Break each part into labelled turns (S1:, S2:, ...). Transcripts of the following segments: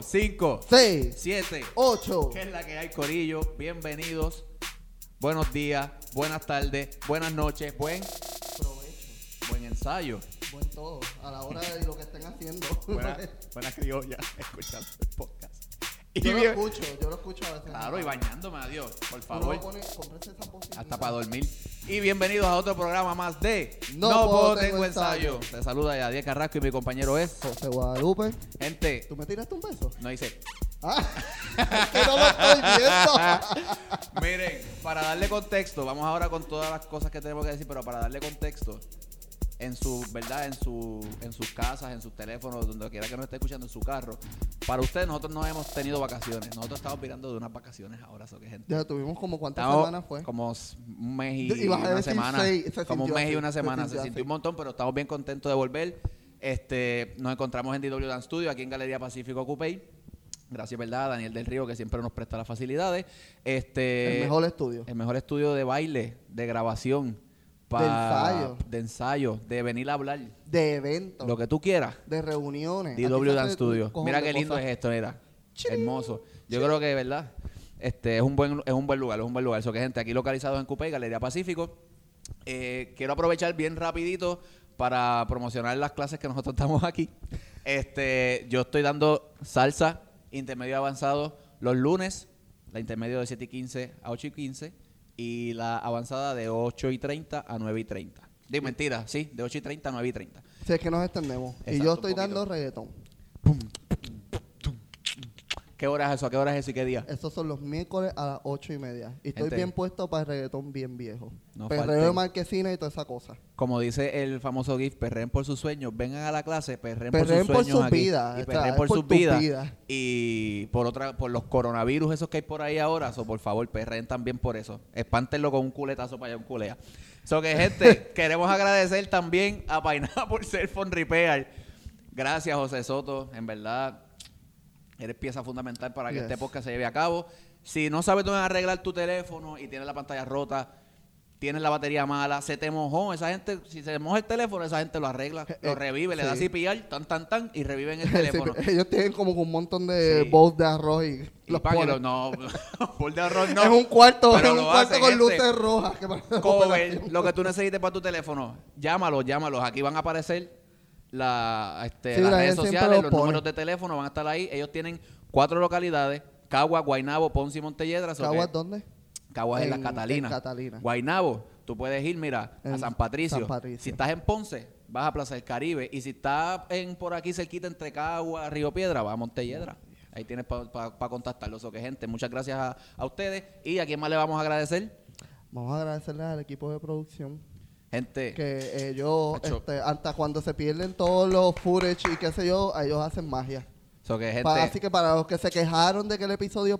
S1: 5,
S2: 6,
S1: 7,
S2: 8.
S1: ¿Qué es la que hay, Corillo? Bienvenidos. Buenos días, buenas tardes, buenas noches, buen,
S2: Provecho.
S1: buen ensayo.
S2: Buen todo. A la hora de lo que estén haciendo.
S1: Buenas buena criolla, escuchando el podcast. Y
S2: yo lo
S1: bien-
S2: escucho, yo lo escucho a veces.
S1: Claro, y bañándome, adiós, por
S2: Uno
S1: favor.
S2: pone- cómprese esa bocina.
S1: Hasta para dormir. Y bienvenidos a otro programa más de
S2: No
S1: Puedo
S2: Puedo Tengo Ensayo.
S1: Te saluda Yadier Carrasco y mi compañero es.
S2: José Guadalupe,
S1: Gente,
S2: ¿tú me tiraste un beso?
S1: no dice.
S2: Ah, es que no lo estoy viendo.
S1: Miren, para darle contexto, vamos ahora con todas las cosas que tenemos que decir, pero para darle contexto, en su, ¿verdad? En su, en sus casas, en sus teléfonos, donde quiera que nos esté escuchando, en su carro. Para ustedes, nosotros no hemos tenido vacaciones. Nosotros estamos mirando de unas vacaciones ahora, eso que gente.
S2: ya tuvimos como cuántas
S1: Estamos
S2: semanas fue.
S1: Como s- un mes
S2: Yo
S1: y
S2: iba a
S1: una
S2: decir
S1: semana.
S2: seis, se
S1: como un
S2: sintió
S1: mes y
S2: así,
S1: una
S2: se
S1: semana. Se
S2: sintió
S1: sintió,
S2: así.
S1: un montón, pero estamos bien contentos de volver. Este, nos encontramos en DW Dan Studio, aquí en Galería Pacífico Coupey. Gracias, ¿verdad? A Daniel del Río, que siempre nos presta las facilidades. Este,
S2: el mejor estudio.
S1: el mejor estudio de baile, de grabación. pa-
S2: De ensayo.
S1: De ensayo, de venir a hablar.
S2: de eventos,
S1: Lo que tú quieras.
S2: de reuniones.
S1: DW Dan Studio.
S2: Studio.
S1: Mira qué lindo es esto, mira. Hermoso. Yo creo que, ¿verdad? Este es un buen, es un buen lugar, es un buen lugar. Eso que gente aquí localizados en Coupé y Galería Pacífico. Eh, quiero aprovechar bien rapidito para promocionar las clases que nosotros estamos aquí. Este, yo estoy dando salsa, intermedio avanzado, los lunes, la intermedio de 7 y 15 a 8 y 15 y la avanzada de 8 y 30 a 9 y 30. Digo, mentira, sí, de 8 y 30 a 9 y 30.
S2: Si es que nos extendemos. y
S1: Exacto,
S2: yo
S1: un
S2: estoy
S1: poquito.
S2: dando reggaetón.
S1: ¿Qué hora es eso? ¿A qué hora es eso y qué día?
S2: Esos son los miércoles a las ocho y media. Y estoy
S1: Gente.
S2: bien puesto para el reggaetón bien viejo.
S1: No
S2: Perreo
S1: falten.
S2: de marquesina y toda esa cosa.
S1: Como dice el famoso GIF, perren por sus sueños, vengan a la clase, perren,
S2: Perreen
S1: por sus
S2: por
S1: sueños
S2: sus
S1: aquí.
S2: vidas,
S1: y
S2: está,
S1: perren
S2: es
S1: por,
S2: por
S1: sus
S2: tus
S1: vidas.
S2: vidas.
S1: Y por otra, por los coronavirus esos que hay por ahí ahora, so, por favor, perren también por eso. Espántenlo con un culetazo para allá, un culea. So que gente, queremos agradecer también a Painá por ser Fon Repair. Gracias, José Soto. En verdad, Eres pieza fundamental para que
S2: Yes.
S1: este podcast se lleve a cabo. Si no sabes dónde arreglar tu teléfono y tienes la pantalla rota, tienes la batería mala, se te mojó, esa gente, si se moja el teléfono, esa gente lo arregla,
S2: Eh,
S1: lo
S2: eh,
S1: revive, le da
S2: sí.
S1: CPR, tan, tan, tan, y reviven el
S2: Sí,
S1: teléfono.
S2: ellos tienen como que un montón de
S1: Sí.
S2: bowls de arroz y
S1: Y
S2: los
S1: pan, y
S2: ponen.
S1: lo- no, bol de arroz no.
S2: Es un cuarto,
S1: Pero
S2: es un
S1: lo
S2: cuarto
S1: hacen,
S2: con
S1: gente.
S2: luces rojas. que parece una
S1: cover,
S2: operación.
S1: lo que tú necesites para tu teléfono, llámalos, llámalos. Aquí van a aparecer la, este,
S2: Sí,
S1: las
S2: la
S1: redes
S2: gente siempre
S1: sociales,
S2: los
S1: los
S2: pone.
S1: números de teléfono van a estar ahí. Ellos tienen cuatro localidades: Cagua, Guaynabo, Ponce y Montelledra. so
S2: ¿Caguas
S1: que-
S2: dónde?
S1: Caguas en,
S2: En-
S1: la Catalina.
S2: en Catalina.
S1: Guaynabo, tú puedes ir, mira, a
S2: En
S1: San Patricio.
S2: San Patricio.
S1: Si estás en Ponce, vas a Plaza del Caribe. Y si estás en, por aquí cerquita entre Cagua, Río Piedra, vas a Montelledra. Ahí tienes para contactarlos. O que gente, muchas gracias a, a ustedes. ¿Y a quién más le vamos a agradecer?
S2: Vamos a agradecerle al equipo de producción
S1: Gente,
S2: que ellos,
S1: Acho.
S2: este, hasta cuando se pierden todos los footage y qué sé yo, ellos hacen magia.
S1: so que gente
S2: Pa- así que para los que se quejaron de que el episodio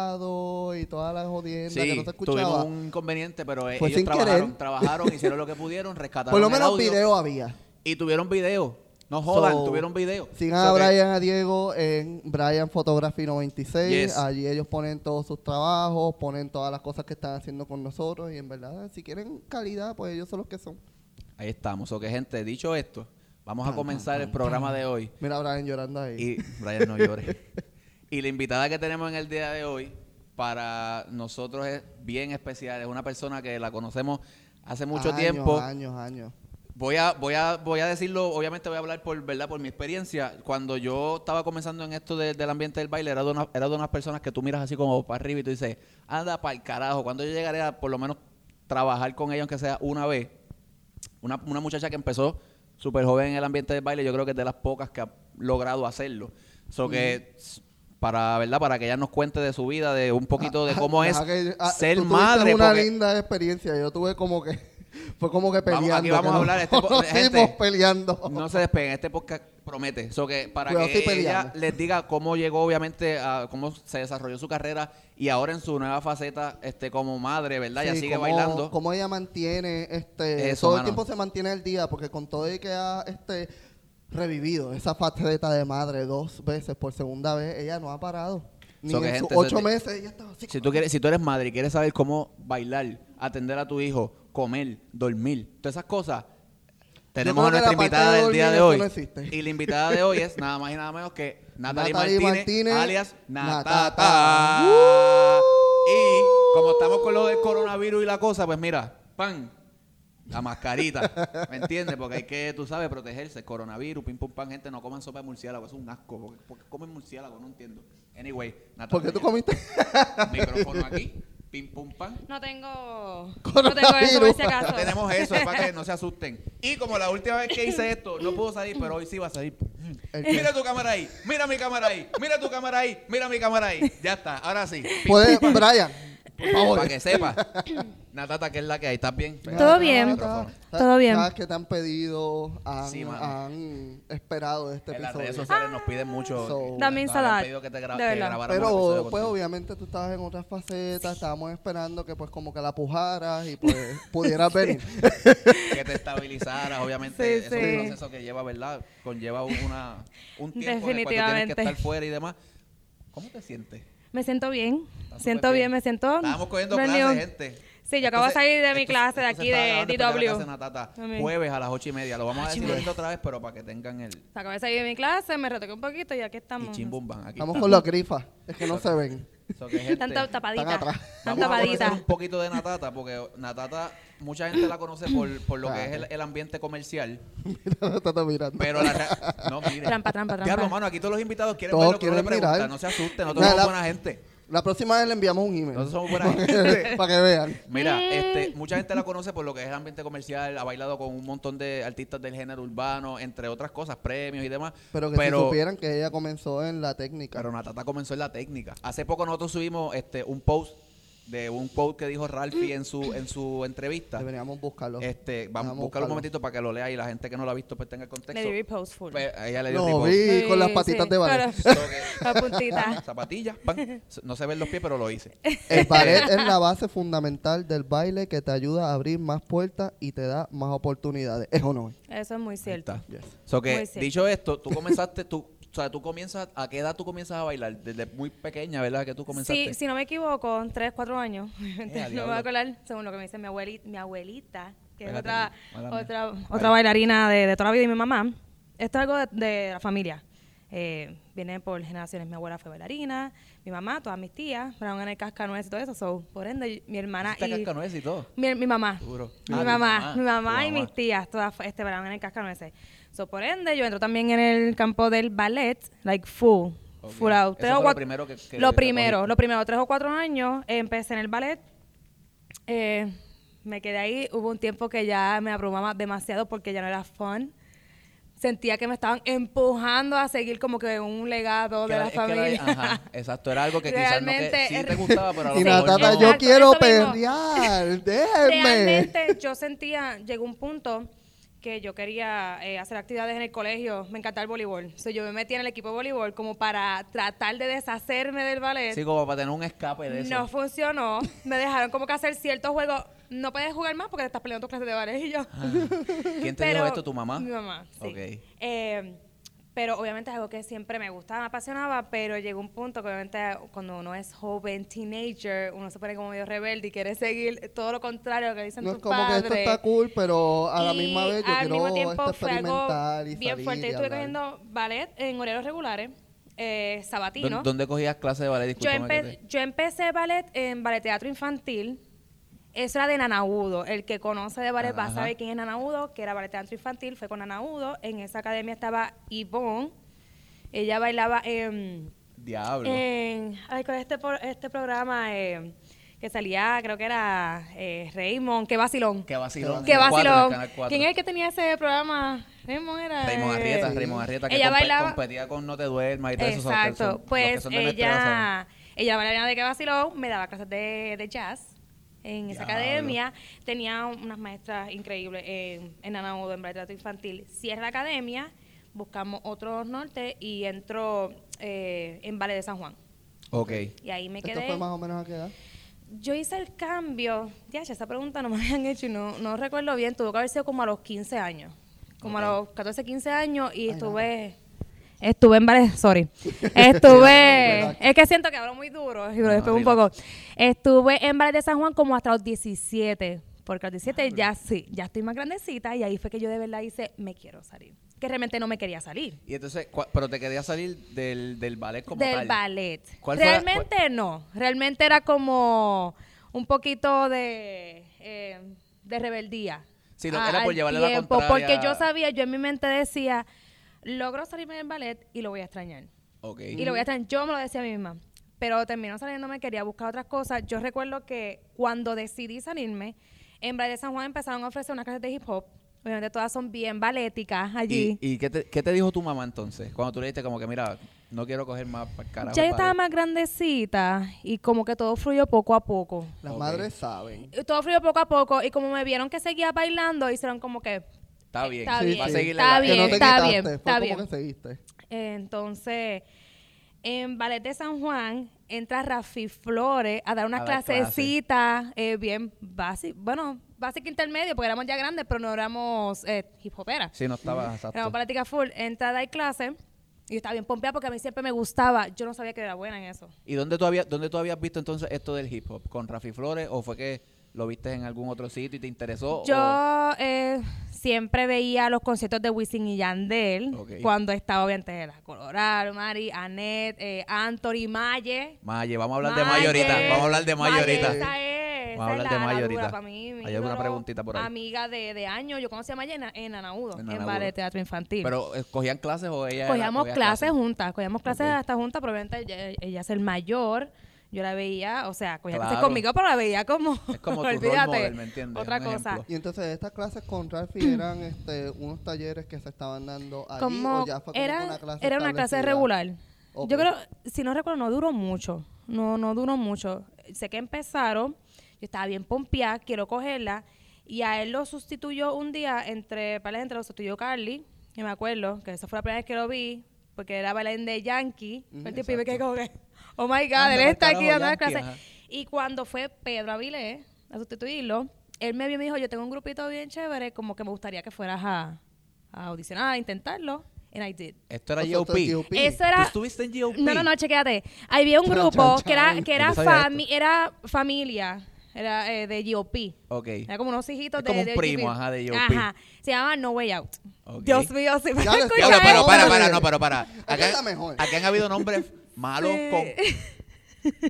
S2: pasado y todas las jodiendas
S1: Sí,
S2: que no se
S1: tuvimos
S2: escuchaba,
S1: un inconveniente, pero eh,
S2: Fue
S1: ellos
S2: sin
S1: trabajaron,
S2: querer.
S1: trabajaron, hicieron lo que pudieron, rescataron
S2: por lo
S1: el
S2: menos
S1: audio
S2: video había.
S1: y tuvieron video. No jodan,
S2: So,
S1: tuvieron video.
S2: Sigan
S1: So
S2: a
S1: que-
S2: Brian, a Diego en Brian Photography 96.
S1: Yes.
S2: Allí ellos ponen todos sus trabajos, ponen todas las cosas que están haciendo con nosotros. Y en verdad, si quieren calidad, pues ellos son los que son.
S1: Ahí estamos. Ok, gente, dicho esto, vamos a
S2: Tan,
S1: comenzar
S2: tan,
S1: el
S2: tan,
S1: programa de hoy.
S2: Mira a Brian llorando ahí.
S1: Y, Brian, no llores. Y la invitada que tenemos en el día de hoy, para nosotros es bien especial. Es una persona que la conocemos hace mucho
S2: Años,
S1: tiempo.
S2: Años, años.
S1: Voy a, voy a, voy a decirlo, obviamente voy a hablar por, ¿verdad? por mi experiencia. Cuando yo estaba comenzando en esto de- del ambiente del baile, era de, una- era de unas personas que tú miras así como para arriba y tú dices, anda para el carajo. Cuando yo llegaré a por lo menos trabajar con ellos, aunque sea una vez, una, una muchacha que empezó súper joven en el ambiente del baile, yo creo que es de las pocas que ha logrado hacerlo. So que s- para, ¿verdad? Para que ella nos cuente de su vida, de un poquito de cómo es
S2: Ajá, ah, que- ah,
S1: ser
S2: tú tuviste
S1: madre.
S2: una
S1: porque-
S2: linda experiencia. Yo tuve como que. Fue como que
S1: Vamos,
S2: peleando.
S1: aquí vamos
S2: que
S1: a
S2: nos-
S1: hablar, este po-
S2: nos
S1: gente,
S2: fuimos peleando.
S1: No se despeguen, este podcast promete. So que para
S2: Cuidado,
S1: que
S2: estoy
S1: ella
S2: peleando.
S1: les diga cómo llegó, obviamente, a cómo se desarrolló su carrera y ahora en su nueva faceta este, como madre, ¿verdad? ella
S2: Sí,
S1: sigue
S2: cómo-
S1: bailando.
S2: Cómo ella mantiene, este,
S1: Eso,
S2: todo
S1: mano.
S2: el tiempo se mantiene el día, porque con todo y que ha, este, revivido esa faceta de madre dos veces por segunda vez, ella no ha parado. Ni
S1: So que,
S2: en sus
S1: gente,
S2: ocho
S1: se-
S2: meses ella estaba así.
S1: Si tú, quieres, si tú eres madre y quieres saber cómo bailar, atender a tu hijo, comer, dormir, todas esas cosas, Tenemos a
S2: creo que
S1: nuestra
S2: la
S1: invitada
S2: parte de
S1: del día
S2: dormir,
S1: de
S2: eso
S1: hoy.
S2: no existe.
S1: y la invitada de hoy es nada más y nada menos que Natalie,
S2: Natalie
S1: Martínez,
S2: Martínez,
S1: alias Natata.
S2: Natata.
S1: Y como estamos con lo del coronavirus y la cosa, pues mira, pan, la mascarita, ¿me entiendes? Porque hay que, tú sabes, protegerse, coronavirus, pim pum pan, gente, no coman sopa de murciélago, es un asco, porque, porque comen murciélago, no entiendo. Anyway, Natalia.
S2: ¿Por qué tú comiste?
S1: Micrófono aquí, pim pum pan.
S3: No tengo. No tengo
S2: Coronavirus.
S3: eso por si acaso.
S1: No tenemos eso, es para que no se asusten. Y como la última vez que hice esto, no pudo salir, pero hoy sí va a salir.
S2: El que-
S1: Mira tu cámara ahí, mira mi cámara ahí, mira tu cámara ahí, mira mi cámara ahí. Ya está, ahora sí.
S2: Puede, Brian, por favor.
S1: Para que sepa. Natata, que es la que hay, ¿estás bien? Ven,
S3: Todo
S1: acá,
S3: bien.
S1: el micrófono.
S3: Todo bien.
S2: ¿Sabes que te han pedido, han,
S1: Sí, mano.
S2: han esperado este
S1: En las redes
S2: episodio?
S1: sociales nos piden mucho.
S2: So-
S1: Dame
S3: Dame
S1: instalar.
S3: ensalada,
S1: pedido que te gra-
S3: de
S1: que
S3: verdad.
S1: grabáramos el episodio
S2: Pero pues
S1: contigo.
S2: obviamente tú estabas en otras facetas, estábamos esperando que pues como que la pujaras y pues pudieras venir.
S1: que te estabilizaras, obviamente.
S3: Sí,
S1: es
S3: sí.
S1: un proceso que lleva, ¿verdad? Conlleva una, un tiempo en el cual tú tienes que
S3: Definitivamente.
S1: estar fuera y demás. ¿Cómo te sientes?
S3: Me siento bien.
S1: Está
S3: Siento
S1: súper
S3: bien, me siento.
S1: Estábamos cogiendo
S3: brand
S1: clases,
S3: new.
S1: gente.
S3: Sí, yo acabo de salir de mi
S1: esto-
S3: clase de
S1: esto se
S3: aquí
S1: está
S3: de
S1: grabando después la
S3: DW.
S1: clase de Natata,
S3: También.
S1: jueves a las ocho y media. Lo vamos a decir
S3: media.
S1: ahorita otra vez, pero para que tengan el
S3: O sea, acabo de salir de mi clase, me retoqué un poquito y aquí
S1: y
S3: estamos.
S1: chimbumban. Aquí
S2: Estamos
S1: está.
S2: con la grifa, es que no se ven.
S1: So que, gente,
S3: Tanta tapadita.
S2: Están atrás.
S3: Tan
S1: Vamos a conocer
S3: tapadita.
S1: un poquito de Natata, porque Natata, mucha gente la conoce por, por lo que es
S2: Claro.
S1: el, el ambiente comercial.
S2: Mira, te está mirando.
S1: Pero la rea- No, mire.
S3: Trampa, trampa, trampa.
S1: Diablo, mano, aquí todos los invitados quieren
S2: Todos
S1: ver lo que uno le
S2: quieren mirar.
S1: pregunta. No se asusten, nosotros
S2: Mira,
S1: somos
S2: la-
S1: buena gente.
S2: La próxima vez le enviamos un email.
S1: Nosotros somos buena gente.
S2: para que vean.
S1: Mira,
S3: Mm.
S1: este, mucha gente la conoce por lo que es el ambiente comercial, ha bailado con un montón de artistas del género urbano, entre otras cosas, premios y demás.
S2: Pero que si supieran que ella comenzó en la técnica.
S1: Pero Natata comenzó en la técnica. Hace poco nosotros subimos este un post de un quote que dijo Ralphie en su en su entrevista.
S2: Deberíamos buscarlo.
S1: Este, vamos a
S2: Vamos a
S1: buscarlo
S2: buscarlo.
S1: un momentito para que lo lea y la gente que no lo ha visto pues tenga el
S3: Le
S1: contexto.
S3: di repost full.
S1: Pues, a ella le dio
S2: Lo
S1: repost.
S2: vi con las
S3: Sí,
S2: patitas
S3: sí,
S2: de ballet.
S3: claro.
S1: So que-
S3: La puntita.
S1: zapatillas, pan. no se ven los pies, pero lo hice.
S2: El ballet es la base fundamental del baile que te ayuda a abrir más puertas y te da más oportunidades. ¿Es o no es?
S3: Eso es muy cierto.
S1: Está.
S2: Yes.
S1: So que,
S3: Muy cierto.
S1: dicho esto, tú comenzaste, tú, o sea, tú comienzas, ¿a qué edad tú comienzas a bailar? Desde muy pequeña, ¿verdad? Que tú comenzaste.
S3: Sí, si no me equivoco, en 3, 4 años.
S1: Eh, a
S3: no me voy
S1: diablo.
S3: a colar, según lo que me dice mi abuelita, mi abuelita que
S1: Espérate,
S3: es
S1: mala
S3: otra,
S1: mía.
S3: otra,
S1: Vale.
S3: otra bailarina de, de toda la vida y mi mamá. Esto es algo de, de la familia. Eh, viene por generaciones. Mi abuela fue bailarina, mi mamá, todas mis tías, bailaron en el cascanueces y todo eso. So, por ende, mi hermana
S1: Hiciste
S3: y...
S1: Este cascanueces y todo.
S3: Mi, mi mamá.
S1: Duro.
S3: Mi,
S1: Ah, tu mamá.
S3: mamá, mi mamá
S1: Tu
S3: y
S1: mamá.
S3: mis tías, todas fue- este verano en el cascanueces. So, por ende, yo entro también en el campo del ballet, like full,
S1: Ok.
S3: full
S1: Eso
S3: out. Tres
S1: fue
S3: o
S1: lo
S3: cuatro-
S1: primero que- que
S3: lo
S1: recogiste.
S3: primero, lo primero, tres o cuatro años, eh, empecé en el ballet. Eh, me quedé ahí, hubo un tiempo que ya me abrumaba demasiado porque ya no era fun. Sentía que me estaban empujando a seguir como que un legado
S1: Que
S3: de
S1: era-
S3: la
S1: es que era-
S3: familia.
S1: ajá, exacto, era algo que quizás no que,
S3: Realmente
S1: sí
S3: es-
S1: te gustaba, pero a lo
S2: Y
S3: Sí,
S1: mejor
S2: Natata,
S1: no.
S2: yo
S3: exacto,
S2: quiero
S3: eso mismo.
S2: perrear. Déjenme.
S3: Realmente yo sentía, llegó un punto que yo quería eh, hacer actividades en el colegio, me encantaba el voleibol. So, yo me metí en el equipo de voleibol como para tratar de deshacerme del ballet.
S1: Sí, como para tener un escape de eso.
S3: no funcionó, me dejaron como que hacer ciertos juegos, no puedes jugar más porque te estás peleando tus clases de ballet y yo.
S1: Ah, ¿Quién te dijo
S3: Pero-
S1: esto? ¿Tu mamá?
S3: Mi mamá, sí.
S1: Ok.
S3: Eh, pero obviamente es algo que siempre me gustaba, me apasionaba, pero llegó un punto que obviamente cuando uno es joven, teenager, uno se pone como medio rebelde y quiere seguir todo lo contrario a lo que dicen
S2: No es
S3: tus
S2: como que esto
S3: padres.
S2: está cool, pero a la
S3: Y
S2: misma vez yo
S3: al
S2: quiero
S3: mismo tiempo
S2: este,
S3: fue algo
S2: experimentar y
S3: bien
S2: salir
S3: fuerte.
S2: y
S3: Yo estuve
S2: hablar.
S3: cogiendo ballet en horarios regulares, eh,
S1: ¿Dó-
S3: sabatino.
S1: ¿Dónde cogías clases de ballet?
S3: yo,
S1: Discúlpame que
S3: empe-
S1: te-
S3: yo empecé ballet en ballet teatro infantil. Eso era de Nanaudo. El que conoce de ballet va a
S1: Ajá.
S3: saber quién es Nanaudo, que era ballet teatro infantil, fue con Nanaudo. En esa academia estaba Yvonne. Ella bailaba en...
S1: Diablo.
S3: en- ay, con este, por- este programa eh, que salía, creo que era eh, Raymond, que vacilón.
S1: Qué vacilón.
S3: Qué
S1: Canal cuatro, en el
S3: vacilón.
S1: Canal cuatro.
S3: ¿Quién es el que tenía ese programa? Raymond era.
S1: Raymond
S3: eh,
S1: Arrieta,
S2: Sí.
S1: Raymond Arrieta, que
S3: Ella
S1: compe-
S3: bailaba-
S1: competía con No Te Duermas y todo eso.
S3: Exacto.
S1: son- los que
S3: pues
S1: son de nuestra edad saben.
S3: ella, ella bailarina de que vaciló, me daba clases de, de jazz en esa
S1: Diablo.
S3: academia. Tenía un- unas maestras increíbles en, en Anaudo, en Bachillerato Infantil. Cierra la academia, buscamos otro norte y entro eh, en Ballet de San Juan.
S1: Ok.
S3: Y ahí me
S2: Esto
S3: quedé.
S2: fue más o menos a qué edad.
S3: Yo hice el cambio, ya esa pregunta no me habían hecho y no, no recuerdo bien, tuvo que haber sido como a los 15 años, como a los 14, 15 años y estuve, estuve en varias, sorry, estuve, es que siento que hablo muy duro, y
S1: No,
S3: después un
S1: relax.
S3: poco, estuve en Bares de San Juan como hasta los 17, porque a los 17 ya sí, ya estoy más grandecita y ahí fue que yo de verdad hice, me quiero salir. Que realmente no me quería salir.
S1: Y entonces, cua- pero te quería salir del, del ballet como
S3: del
S1: tal.
S3: ballet.
S1: ¿Cuál fue la-
S3: realmente no, realmente era como un poquito de, eh, de rebeldía.
S1: Sí, lo-
S3: a-
S1: era por
S3: al
S1: llevarle la
S3: tiempo,
S1: contraria.
S3: Porque yo sabía, yo en mi mente decía, logro salirme del ballet y lo voy a extrañar.
S1: Ok.
S3: Y lo voy a extrañar, yo me lo decía a mí misma. Pero terminó saliéndome, quería buscar otras cosas. Yo recuerdo que cuando decidí salirme, en Ballet de San Juan empezaron a ofrecer unas clases de hip hop. Obviamente todas son bien baléticas allí.
S1: ¿Y, y qué, te, qué te dijo tu mamá entonces? Cuando tú le dijiste como que, mira, no quiero coger más para carajo.
S3: ya
S1: el
S3: yo estaba
S1: ballet.
S3: más grandecita y como que todo fluyó poco a poco.
S2: Las
S1: Ok.
S2: madres saben.
S3: Y Todo fluyó poco a poco y como me vieron que seguía bailando, hicieron como que...
S1: Está bien.
S3: Está
S1: Va a
S3: bien,
S1: seguirle
S3: está
S1: la-
S3: bien,
S2: que no te
S3: está
S2: quitaste,
S3: bien,
S2: fue
S3: está
S2: como
S3: bien.
S2: que seguiste.
S3: eh, entonces, en Ballet de San Juan entra Rafi Flores a dar una
S1: A dar
S3: clasecita eh, bien básica, bueno, básica intermedia, porque éramos ya grandes, pero no éramos eh, hip hoperas.
S1: Sí, no estaba exacto.
S3: Éramos balética full. Entra a dar clase y yo estaba bien pompeada porque a mí siempre me gustaba. Yo no sabía que era buena en eso.
S1: ¿Y dónde tú, habías, dónde tú habías visto entonces esto del hip hop? ¿Con Rafi Flores o fue que lo viste en algún otro sitio y te interesó? o-
S3: Yo eh, siempre veía los conciertos de Wisin y Yandel
S1: Ok.
S3: cuando estaba obviamente la Colorado, Mari, Anet, eh, Anthony, Maye.
S1: Maye, vamos a hablar de Maye ahorita. Vamos a hablar de Maye ahorita.
S3: Esa es,
S1: Vamos a hablar de Maye ahorita.
S3: Para mí, mi
S1: Hay alguna
S3: ídolo,
S1: preguntita por ahí.
S3: Amiga de, de años. Yo conocí a Maye en, en Anaudo,
S1: En
S3: en,
S1: Anaudo.
S3: ballet teatro infantil.
S1: Pero eh, cogían clases o ella era-
S3: cogíamos
S1: cogía
S3: clases juntas, cogíamos clases
S1: Ok.
S3: hasta juntas, pero obviamente ella, ella es el mayor. Yo la veía, o sea, cogía clases
S1: Claro.
S3: conmigo, pero la veía como.
S1: Es como tu role
S3: olvídate,
S1: model, ¿me entiendes?
S3: Otra
S1: Un
S3: cosa.
S1: ejemplo.
S2: Y entonces estas clases con Ralphie eran este, unos talleres que se estaban dando allí
S3: como
S2: o ya fue como que
S3: era
S2: una clase
S3: era una clase
S2: establecida?
S3: regular.
S2: Ok.
S3: Yo creo, si no recuerdo, no duró mucho. No, no duró mucho. Sé que empezaron, yo estaba bien pompeada, quiero cogerla. Y a él lo sustituyó un día entre, para la gente lo sustituyó Carly, que me acuerdo, que esa fue la primera vez que lo vi, porque era Belén de Yankee.
S2: Ujú,
S3: el tipo y me quedé como que, oh my God,
S1: Anda
S3: él
S1: pa'l
S3: está aquí
S1: carajo,
S3: dando las
S1: Yankee,
S3: clases.
S1: ajá.
S3: Y cuando fue Pedro Avilés a sustituirlo, él me vio y me dijo, yo tengo un grupito bien chévere, como que me gustaría que fueras a, a audicionar, a intentarlo. And I did.
S1: Esto era
S2: O sea,
S1: GOP.
S2: esto es GOP.
S3: Eso
S1: ¿Tú
S3: era...
S1: estuviste en GOP?
S3: No, no, no, chequéate. Había un
S2: Chan,
S3: grupo
S2: chan,
S3: que era,
S2: chan.
S3: que
S1: Yo
S3: era,
S1: no sabía
S3: fami- era familia, era eh, de GOP.
S1: Ok.
S3: Era como unos hijitos
S1: Es
S3: de
S1: como un
S3: de
S1: primo,
S3: GOP.
S1: ajá, de GOP.
S3: Ajá. Se llamaba No Way Out.
S1: Ok.
S3: Dios mío, si me
S2: Ya lo
S1: Diablo,
S3: escuchas
S2: estaba-
S1: pero
S3: esto-
S1: para, para, no, pero para.
S2: Acá está mejor.
S1: Acá han habido nombres malos con...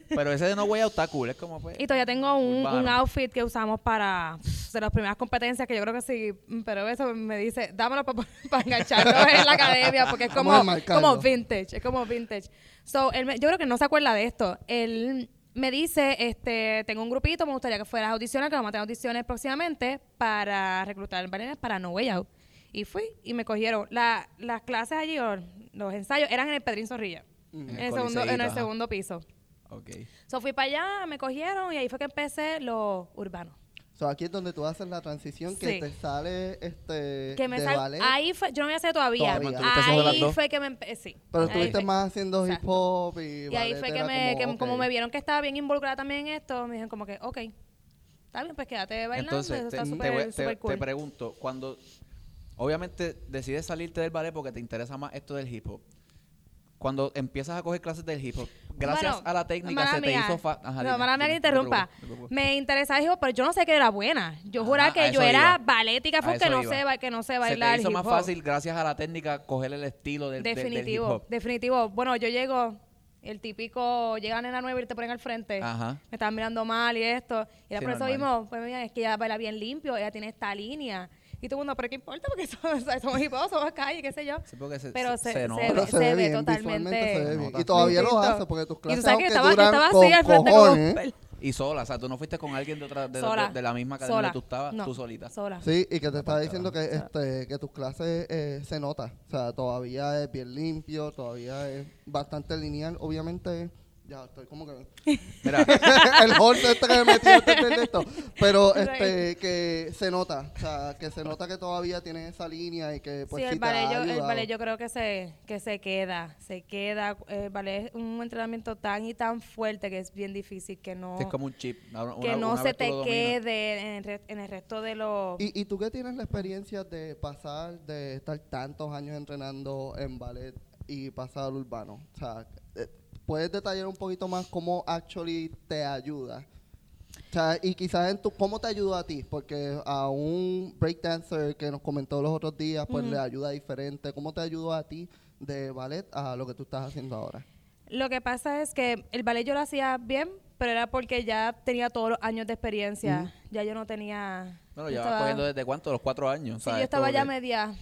S1: Pero ese de No Way Out está cool. Es como pues...
S3: Y todavía tengo un,
S1: Urbano.
S3: un outfit que usamos para pff, de las primeras competencias que yo creo que sí, pero eso me dice, dámelo para engancharlo en la academia porque es
S2: Vamos
S3: como,
S2: a enmarcarlo.
S3: como vintage, es como vintage. So, él me- yo creo que no se acuerda de esto. Él me dice, este, tengo un grupito, me gustaría que fueras a audicionar, que vamos a tener audiciones próximamente para reclutar bailarines para No Way Out. Y fui y me cogieron. La- las clases allí, o los ensayos, eran en el Pedrín Zorrilla, en,
S1: Mm. el
S3: el segundo, en
S1: Coliseíto,
S3: el
S1: ajá.
S3: segundo piso.
S1: Ok.
S3: So fui para allá, me cogieron y ahí fue que empecé lo urbano.
S2: So, aquí es donde tú haces la transición que
S3: Sí.
S2: te sale este
S3: Que me
S2: de
S3: sal-
S2: ballet,
S3: ahí fue, yo no me hacía todavía.
S2: Todavía.
S1: ¿Te mantuviste solo las
S3: Ahí
S1: dos?
S3: fue que me empecé.
S2: pero estuviste más haciendo hip
S3: Exacto.
S2: hop y
S3: Y ahí fue que me, que como, me vieron que estaba bien involucrada también en esto, me dijeron como que, ok, está bien, pues quédate bailando,
S1: Entonces,
S3: eso
S1: te,
S3: está
S1: te
S3: súper
S1: voy- te-
S3: súper
S1: te
S3: cool.
S1: pregunto, cuando obviamente decides salirte del ballet porque te interesa más esto del hip hop, cuando empiezas a coger clases del hip hop, gracias
S3: Bueno,
S1: a la técnica
S3: mala
S1: se te
S3: mía.
S1: hizo fácil.
S3: No, mala mía que interrumpa. Me interesaba el hip hop, pero yo no sé que era buena. Yo
S1: Ajá,
S3: juraba
S1: a
S3: que
S1: eso
S3: yo era
S1: iba.
S3: balética,
S1: A
S3: fue que
S1: eso
S3: no,
S1: iba.
S3: sé, ba- que no sé
S1: se
S3: bailar
S1: te hizo
S3: hip
S1: más
S3: hop.
S1: fácil gracias a la técnica coger el estilo del, del- del hip
S3: Definitivo,
S1: hop.
S3: definitivo. Bueno, yo llego, el típico, llega nena nueva y te ponen al frente.
S1: Ajá.
S3: Me estaban mirando mal y esto. Y era
S1: Sí,
S3: por eso
S1: normal.
S3: mismo, pues mira, es que ella baila bien limpio, ella tiene esta línea. Y todo el mundo, pero ¿qué importa? Porque somos, somos hip hop, somos calle, qué sé yo.
S1: Sí, porque se-
S3: pero
S1: se-
S3: se,
S1: se
S3: se
S1: nota.
S3: ve,
S2: pero se, ve bien,
S3: totalmente.
S2: visualmente se ve bien.
S1: Nota.
S2: Y todavía lo
S3: distinto.
S2: haces porque tus
S3: Y tú
S2: clases
S3: sabes que
S2: aunque
S3: yo estaba, yo
S2: duran
S3: estaba
S2: con
S3: así al frente
S2: cojones,
S3: como...
S1: Y sola, o sea, tú no fuiste con alguien de otra, de, de-
S3: sola.
S1: de la misma academia
S3: sola.
S1: que tú estabas,
S3: No,
S1: tú solita.
S3: Sola.
S2: Sí, y que te estaba diciendo que este que tus clases eh, se nota, o sea, todavía es bien limpio, todavía es bastante lineal, obviamente ya estoy como que
S1: Mira,
S2: el horno este que me metió este este, este, esto. Pero este que se nota, o sea, que se nota que todavía tienes esa línea y que pues
S3: sí,
S2: sí
S3: el
S2: te ha
S3: ballet, yo, el
S2: ayudado.
S3: ballet yo creo que se, que se queda, se queda. El ballet es un entrenamiento tan y tan fuerte que es bien difícil que no,
S1: es como un chip. una- una-
S3: que no
S1: una
S3: se
S1: vez tú
S3: te
S1: lo dominas.
S3: quede en el, re- en el resto de los...
S2: ¿Y, ¿Y tú que tienes la experiencia de pasar, de estar tantos años entrenando en ballet y pasar al urbano? O sea, eh, ¿puedes detallar un poquito más cómo actually te ayuda? O sea, y quizás en tu, ¿cómo te ayudó a ti? Porque a un breakdancer que nos comentó los otros días, pues le ayuda diferente. ¿Cómo te ayudó a ti de ballet a lo que tú estás haciendo ahora?
S3: Lo que pasa es que el ballet yo lo hacía bien, pero era porque ya tenía todos los años de experiencia. Ya yo no tenía.
S1: Bueno,
S3: yo
S1: ya vas
S3: estaba-
S1: cogiendo desde cuánto, los cuatro años.
S3: Sí,
S1: ¿sabes?
S3: yo estaba
S1: Como
S3: ya
S1: que-
S3: media.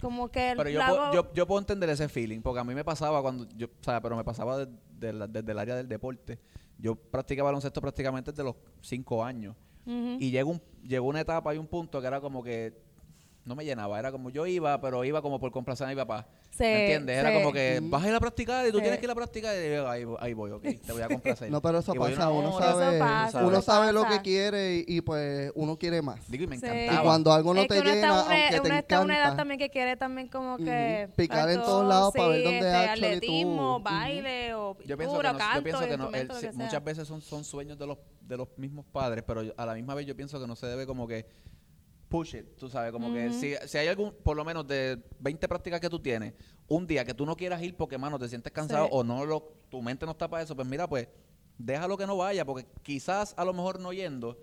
S3: Como que el
S1: Pero yo,
S3: la
S1: puedo-
S3: hago-
S1: yo, yo puedo entender ese feeling, porque a mí me pasaba cuando, yo, o sea, pero me pasaba de- de la- desde el área del deporte. Yo practicaba baloncesto prácticamente desde los cinco años.
S3: Ujú.
S1: Y llegó, un, llegó una etapa y un punto que era como que no me llenaba. Era como yo iba, pero iba como por complacer a mi papá.
S3: Sí,
S1: ¿Me entiendes? Era
S3: sí.
S1: como que
S2: Mm.
S1: vas a ir a practicar y tú
S3: Sí.
S1: tienes que ir a practicar. Y yo, ahí, ahí voy, ok, te voy a complacer.
S2: No, pero eso
S1: Y voy
S2: pasa,
S1: una
S2: uno
S1: hora.
S3: Eso
S2: sabe,
S3: pasa,
S2: uno
S3: eso
S2: sabe lo
S3: pasa.
S2: que quiere y, y, pues uno quiere más.
S1: Digo, y me
S3: Sí.
S1: encantaba.
S2: Y cuando algo no
S3: Es
S2: te
S3: que uno
S2: llena,
S3: está a una-
S2: aunque te
S3: uno está a una edad
S2: encanta.
S3: también que quiere también como que...
S2: Ujú. Picar en
S3: tanto,
S2: todos lados para ver
S3: sí,
S2: dónde
S3: este,
S2: actually tú-
S3: Atletismo,
S2: Ujú.
S3: baile o
S1: yo pienso que
S3: pintura, o
S1: no,
S3: canto,
S1: yo pienso que no,
S3: instrumento,
S1: el-
S3: lo
S1: se-
S3: que sea.
S1: muchas veces son, son sueños de los, de los mismos padres, pero yo- a la misma vez yo pienso que no se debe como que push it, tú sabes, como que
S3: Ujú.
S1: si, si hay algún, por lo menos de 20 prácticas que tú tienes, un día que tú no quieras ir porque, mano, te sientes cansado
S3: Sí.
S1: o no lo, tu mente no está para eso, pues mira, pues déjalo que no vaya, porque quizás a lo mejor no yendo.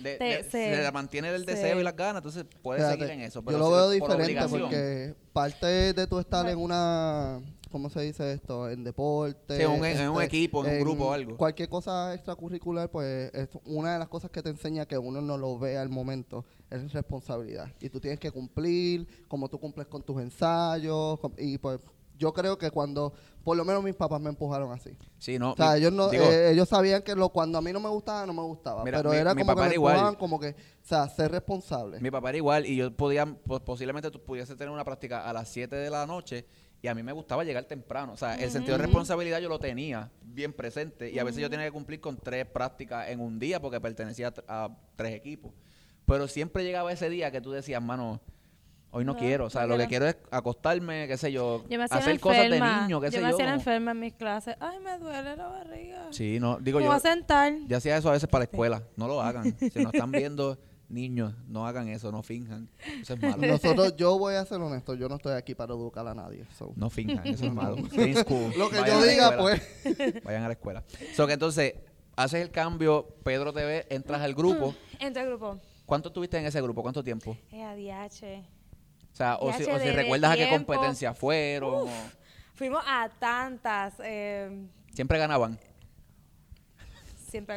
S1: le-
S3: Te-
S1: le-
S3: sí.
S1: se le mantiene el
S3: Sí.
S1: deseo y las ganas, entonces puedes
S2: Fíjate,
S1: seguir en eso.
S2: yo
S1: Pero
S2: lo
S1: si
S2: veo
S1: por
S2: diferente
S1: obligación-
S2: porque parte de tu estar en una, ¿cómo se dice esto? En deporte. este,
S1: Sí, en un- e-, en un equipo, en un grupo o algo.
S2: Cualquier cosa extracurricular, pues es una de las cosas que te enseña que uno no lo ve al momento es responsabilidad. Y tú tienes que cumplir, como tú cumples con tus ensayos. com- Y pues yo creo que cuando, por lo menos mis papás me empujaron así.
S1: Sí, no,
S2: O sea,
S1: mi-
S2: ellos, no,
S1: digo,
S2: eh, ellos sabían que lo, cuando a mí no me gustaba, no me gustaba.
S1: Mira,
S2: pero
S1: mi-
S2: era
S1: mi
S2: como que
S1: papá
S2: me
S1: era igual.
S2: empujaban como que, o sea, ser responsable.
S3: Este.
S1: Mi papá era igual y yo podía, po- posiblemente tú pudiese tener una práctica a las 7 de la noche y a mí me gustaba llegar temprano. O sea, el sentido de responsabilidad yo lo tenía bien presente y a veces yo tenía que cumplir con tres prácticas en un día porque pertenecía a, tr- a tres equipos. Pero siempre llegaba ese día que tú decías, mano, hoy no,
S3: No,
S1: quiero. O sea,
S3: no
S1: lo que
S3: quiero.
S1: quiero es acostarme, qué sé yo,
S3: Yo me hacía
S1: hacer
S3: enferma.
S1: cosas de niño, qué
S3: yo
S1: sé
S3: me
S1: yo.
S3: hacía enferma en mis clases. Ay, me duele la barriga.
S1: Sí, no, digo
S3: Me voy
S1: yo.
S3: a sentar.
S1: Yo hacía eso a veces para la escuela. No lo hagan. Si nos están viendo niños, no hagan eso, no finjan. Eso es malo.
S2: Nosotros, yo voy a ser honesto, yo no estoy aquí para educar a nadie. so.
S1: No finjan, eso es malo. Green school.
S2: Lo que
S1: Vayan
S2: yo
S1: a la
S2: diga,
S1: escuela.
S2: pues.
S1: Vayan a la escuela. So que entonces, haces el cambio, Pedro TV, entras al grupo.
S3: Entra el grupo.
S1: ¿Cuánto estuviste en ese grupo? ¿Cuánto tiempo?
S3: Eh, ADH.
S1: O sea, o
S3: Ya
S1: si,
S3: che,
S1: o si
S3: de- de
S1: recuerdas a qué
S3: tiempo.
S1: competencia fueron. o-
S3: Fuimos a tantas. eh,
S1: Siempre ganaban.
S3: siempre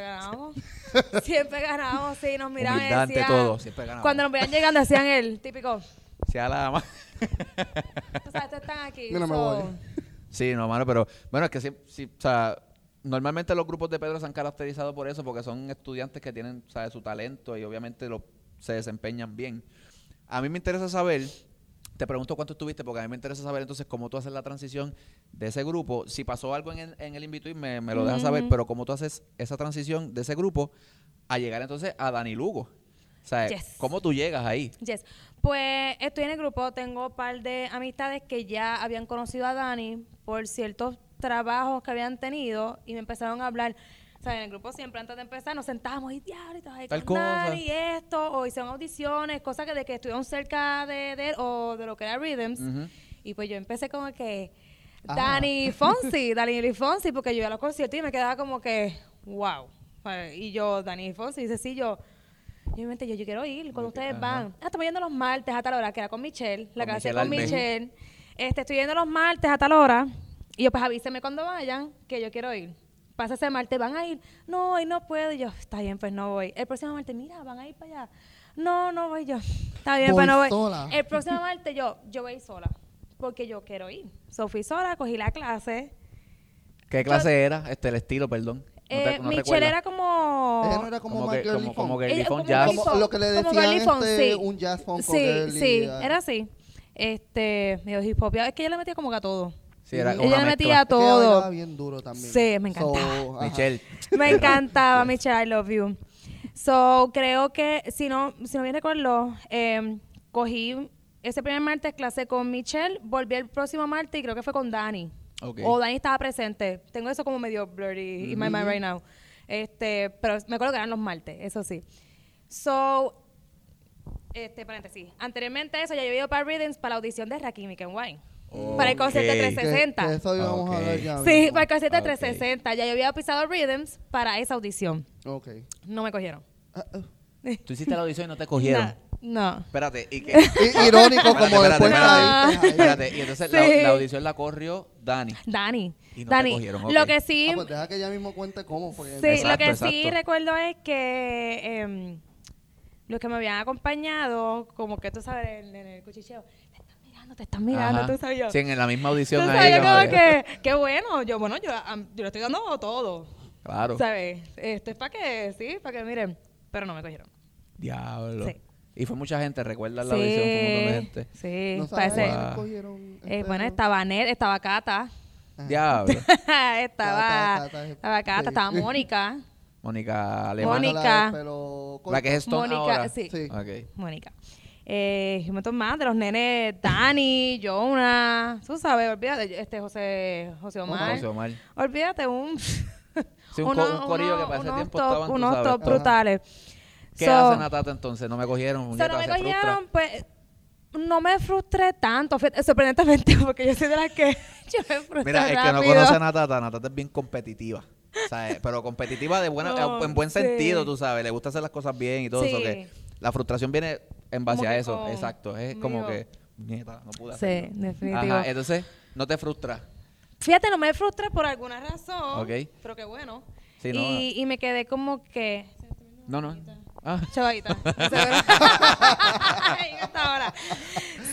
S3: ganábamos. siempre ganábamos, sí. Nos miraban y
S1: Humildad ante
S3: decían...
S1: todo, siempre ganábamos.
S3: Cuando nos veían llegando decían el típico...
S1: Sea la ma-
S3: O sea, estos están aquí.
S2: Mira, me
S3: so-
S2: voy.
S1: Sí, no, mano, pero bueno, es que sí, sí, o sea, normalmente los grupos de Pedro se han caracterizado por eso, porque son estudiantes que tienen, ¿sabes? su talento y obviamente lo, se desempeñan bien. A mí me interesa saber, te pregunto cuánto estuviste, porque a mí me interesa saber entonces cómo tú haces la transición de ese grupo. Si pasó algo en el, en el in-between, me, me lo dejas saber, pero cómo tú haces esa transición de ese grupo a llegar entonces a Dani Lugo. O sea,
S3: Yes.
S1: ¿cómo tú llegas ahí?
S3: Yes. Pues estoy en el grupo, tengo un par de amistades que ya habían conocido a Dani por ciertos trabajos que habían tenido y me empezaron a hablar. O sea, en el grupo siempre antes de empezar nos sentábamos y diablo, y trabajé
S1: Tal
S3: con Dani,
S1: cosa.
S3: y esto, o hicieron audiciones, cosas que de que estuvieron cerca de, de él o de lo que era Rhythms.
S1: Ujú.
S3: Y pues yo empecé como que
S2: Ah.
S3: Dani Fonsi, Dani y Fonsi, porque yo iba a los conciertos y me quedaba como que, wow. Eh, Y yo, Dani Fonsi, dice, sí, yo, yo, me inventé, yo, yo quiero ir, cuando
S1: Yo que-
S3: ustedes
S1: ajá.
S3: van. Ah, estamos yendo los martes a tal hora, que era con Michelle, la
S1: Con
S3: clase
S1: Michelle
S3: con
S1: Almejo.
S3: Michelle. Este, estoy yendo los martes a tal hora. Y yo, pues avíseme cuando vayan, que yo quiero ir. Pasa ese martes, van a ir. No, hoy no puedo. Y yo, está bien, pues no voy. El próximo martes, mira, van a ir para allá. No, no voy yo. Está bien,
S2: Voy
S3: pues no voy.
S2: sola.
S3: El próximo martes yo, yo voy sola, porque yo quiero ir. So, fui sola, cogí la clase.
S1: ¿Qué clase era? Este, el estilo, perdón. No te-
S3: Eh,
S1: no
S3: Michelle
S1: recuerdas.
S3: era como...
S2: Ella Eh, no era como,
S1: Como
S2: más
S1: que-
S2: girly
S1: como-
S2: funk.
S1: como que-
S3: Eh,
S1: girly
S3: como
S1: funk,
S3: girly
S1: jazz.
S3: funk,
S2: Como lo que le
S3: como
S2: decían,
S3: girly funk,
S2: este,
S3: sí.
S2: un jazz funk o
S3: Sí,
S2: girly,
S3: sí,
S2: ah.
S3: era así. Este, medio hip hop. Es que ella le metía como que a todo.
S1: Sí, era como
S3: ella
S1: una
S3: le metía
S1: mezcla.
S3: a
S2: Es que ella bailaba
S3: todo.
S2: bien duro también.
S3: Sí, me encantaba.
S2: So, ajá.
S1: Michelle.
S3: Me encantaba, Michelle, I love you. So, creo que, si no, si no bien recuerdo, eh, cogí ese primer martes clase con Michelle, volví el próximo martes y creo que fue con Dani.
S1: Ok.
S3: O Dani estaba presente. Tengo eso como medio blurry in my mind right now. Este, pero me acuerdo que eran los martes, eso sí. So, este, paréntesis. Anteriormente a eso, ya yo había ido para Readings para la audición de Rakimi Kenway. Para el concierto de
S1: Ok.
S2: Que-
S3: 360.
S2: que eso íbamos
S1: Ok.
S2: a hablar ya.
S3: Sí,
S2: mismo.
S3: para el concierto de
S1: Ah, Ok.
S3: 360. Ya yo había pisado Rhythms para esa audición.
S2: Ok.
S3: No me cogieron.
S2: Ah, ah.
S1: Tú hiciste la audición y no te cogieron.
S3: No. no.
S1: Espérate, y que...
S2: I- Irónico
S1: Espérate,
S2: como
S1: espérate,
S2: después.
S1: espérate,
S2: nadie-
S1: espérate. Y entonces la,
S3: Sí.
S1: la audición la corrió Dani.
S3: Dani.
S1: Y no te
S3: Dani.
S1: cogieron, ok.
S3: Lo que sí.
S2: Ah, pues deja que ella mismo cuente cómo. Porque
S3: Sí, lo
S1: Exacto,
S3: que sí
S1: exacto.
S3: recuerdo es que em, los que me habían acompañado, como que tú sabes, en, en el cuchicheo, te están mirando, te están mirando,
S1: Ajá.
S3: tú sabes yo.
S1: Sí, en la misma
S3: tú
S1: audición
S3: sabes
S1: ahí.
S3: yo como
S1: como que-
S3: que, qué bueno, yo, bueno, yo, am, yo lo estoy dando todo,
S1: Claro.
S3: ¿sabes? Esto es para que, sí, para que miren, pero no me cogieron.
S1: Diablo.
S3: Sí.
S1: Y fue mucha gente, ¿recuerdas la audición? Fue un montón de gente.
S3: sí,
S2: No sabes
S3: parece.
S2: quiénes
S1: Wow. Ah.
S2: cogieron.
S3: Eh,
S2: este,
S3: bueno,
S2: ¿no?
S3: estaba Ned, estaba Cata,
S1: Diablo.
S3: estaba,
S2: Cata, Cata,
S3: estaba Cata,
S2: sí.
S3: estaba Mónica,
S1: Mónica Alemán.
S3: Mónica.
S2: Mano la de pelo corto.
S1: La que es Stone ahora.
S3: Mónica, sí.
S2: Sí.
S1: Ok.
S3: Mónica. Eh, un montón más de los nenes Dani, Jonah, tú sabes, olvídate, este José, José Omar.
S1: José Omar.
S3: Olvídate un,
S1: un co- un corillo que para ese
S3: unos
S1: tiempo
S3: top-
S1: estaban, tú
S3: unos
S1: sabes.
S3: top
S1: Ajá.
S3: brutales.
S1: ¿Qué
S3: So-
S1: hace Natata entonces? No me cogieron,
S3: so,
S1: muñeca,
S3: no
S1: se
S3: me
S1: frustra.
S3: cogieron, pues no me frustré tanto, fíjate, sorprendentemente, porque yo soy de las que yo me frustro
S1: Mira, el que no
S3: rápido.
S1: conoce a Natata, Natata es bien competitiva. ¿sabes? Pero competitiva de buena,
S3: No,
S1: en buen
S3: Oh, sí.
S1: sentido, tú sabes. Le gusta hacer las cosas bien y todo eso.
S3: Sí.
S1: Que la frustración viene en base
S3: Como
S1: a
S3: que
S1: eso.
S3: con-
S1: Exacto. Es como
S3: conmigo.
S1: que, nieta, no pude hacer.
S3: Sí, definitivo.
S1: Ajá, entonces, no te frustras.
S3: Fíjate, no me frustré por alguna razón,
S1: Ok.
S3: pero qué bueno.
S1: Sí, no,
S3: y, y me quedé como que,
S1: No, no. Ah,
S3: Chavadita. Ahí está ahora.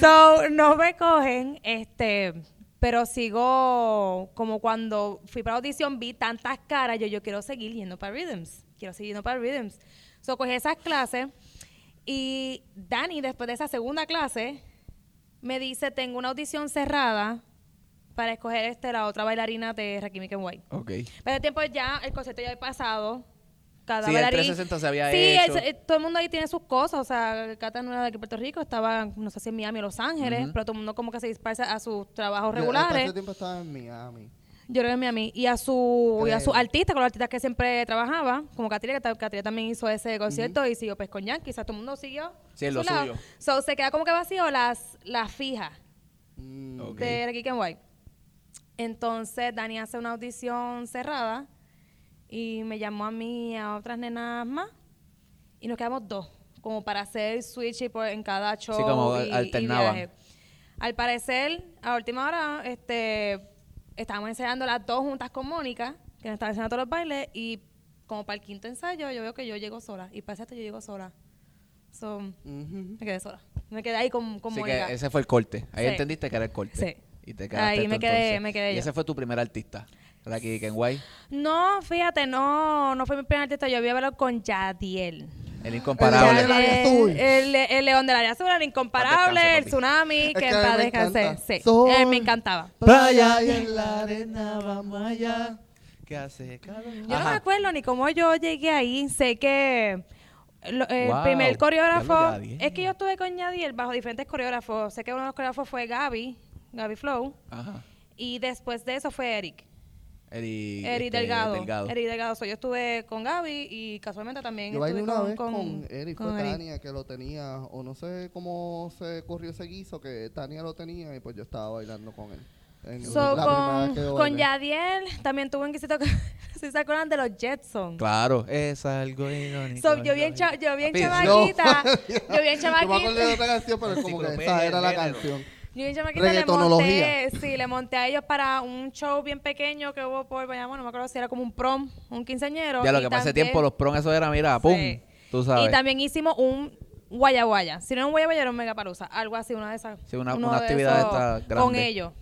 S3: So, no me cogen, este, pero sigo como cuando fui para audición vi tantas caras, yo yo quiero seguir yendo para Rhythms, quiero seguir yendo para Rhythms. So, cogí esas clases y Dani después de esa segunda clase me dice, "Tengo una audición cerrada para escoger este la otra bailarina de Rakimi Kenway."
S1: ok.
S3: Pero el tiempo ya, el concierto ya había pasado. Cada
S1: Sí, el
S3: bailarín.
S1: 360 se había
S3: sí,
S1: hecho.
S3: el- eh, todo el mundo ahí tiene sus cosas. O sea, Cata no era de aquí de Puerto Rico, estaba, no sé si en Miami o Los Ángeles,
S1: Ujú.
S3: pero todo el mundo como que se dispersa a sus trabajos
S2: Yo- Para ese
S3: regulares.
S2: tiempo estaba en Miami.
S3: Yo creo que en Miami. Y a su, y a su
S2: Creo.
S3: artista, con los artistas que siempre trabajaba, como Catrina, que ta- Catrina también hizo ese concierto y siguió pues con Yankee. O sea, todo el mundo siguió.
S1: Sí,
S3: a
S1: lo
S3: su lado.
S1: suyo.
S3: So, se queda como que vacío las, las fijas
S2: Mm,
S1: Ok.
S3: de Ricky and White. Entonces Dani hace una audición cerrada y me llamó a mí y a otras nenas más y nos quedamos dos, como para hacer switch y por- en cada show.
S1: como
S3: y, y
S1: alternaban.
S3: viaje. Al parecer, a última hora, este, estábamos ensayando las dos juntas con Mónica, que nos estaba enseñando todos los bailes, y como para el quinto ensayo yo veo que yo llego sola, y para esto yo llego sola. So, me
S2: ujú.
S3: quedé sola. Me quedé ahí con, con
S1: Así
S3: Mónica.
S1: que ese fue el corte. Ahí
S3: Sí.
S1: entendiste que era el corte.
S3: Sí.
S1: Y te quedaste
S3: Ahí me
S1: tú
S3: quedé-
S1: entonces.
S3: me quedé
S1: Y
S3: yo.
S1: ese fue tu primer artista. Raki Kenway,
S3: No, fíjate, no, no fue mi primer artista, yo había hablado con Yadiel.
S1: el
S2: León del
S1: incomparable.
S2: Área Azul.
S3: El, el- el león del área azul, el
S1: Paz
S3: incomparable,
S1: descanse,
S3: el
S1: papi.
S3: tsunami,
S2: Es
S3: que
S2: que
S3: en
S2: a mí
S3: paz
S2: me
S3: descanse.
S2: encanta.
S3: Sí,
S2: Sol.
S3: Eh, me encantaba.
S2: Playa y en la arena vamos allá.
S1: ¿Qué hace?
S3: Yo no me acuerdo ni cómo yo llegué ahí, sé que lo- el
S1: Wow,
S3: primer
S1: diablo,
S3: coreógrafo,
S1: Yadiel.
S3: es que yo estuve con Yadiel bajo diferentes coreógrafos, sé que uno de los coreógrafos fue Gaby, Gaby Flow,
S1: Ajá.
S3: y después de eso fue Eric.
S1: Eri,
S3: Eric
S1: este,
S3: Delgado. Eric Delgado. So, yo estuve con Gaby y casualmente también
S2: Yo bailé
S3: estuve
S2: una
S3: con,
S2: vez con, Eric,
S3: con
S2: fue
S3: Eric.
S2: Tania que lo tenía, o no sé cómo se corrió ese guiso que Tania lo tenía y pues yo estaba bailando con él. En
S3: So,
S2: la primera vez que
S3: con,
S2: yo
S3: con
S2: bailé.
S3: Yadiel también tuve un quesito que si se acuerdan de los Jetson.
S1: Claro, es algo irónico.
S3: So, yo bien, cha- yo bien
S1: Papi,
S3: chamaquita, yo bien
S2: Yo me acuerdo de
S3: chamaquita,
S2: otra canción, pero es como que
S1: Enciclopedia
S2: esa era la
S1: del género.
S2: canción.
S3: yo bien chamaquita le monté,
S2: Reggaetonología.
S3: sí, le monté a ellos para un show bien pequeño que hubo por Bayamón, no me acuerdo si era como un prom, un quinceañero.
S1: Ya lo
S3: y
S1: que pasa
S3: también-
S1: tiempo los pron eso era, mira, pum.
S3: Sí.
S1: Tú sabes.
S3: Y también hicimos un guaya guaya. Si no era un guaya guaya, era un megapalusa. Algo así, una de esas.
S1: Sí, una-
S3: uno
S1: una
S3: de
S1: actividad
S3: esos
S1: de estas
S3: Con
S1: grandes.
S3: ellos.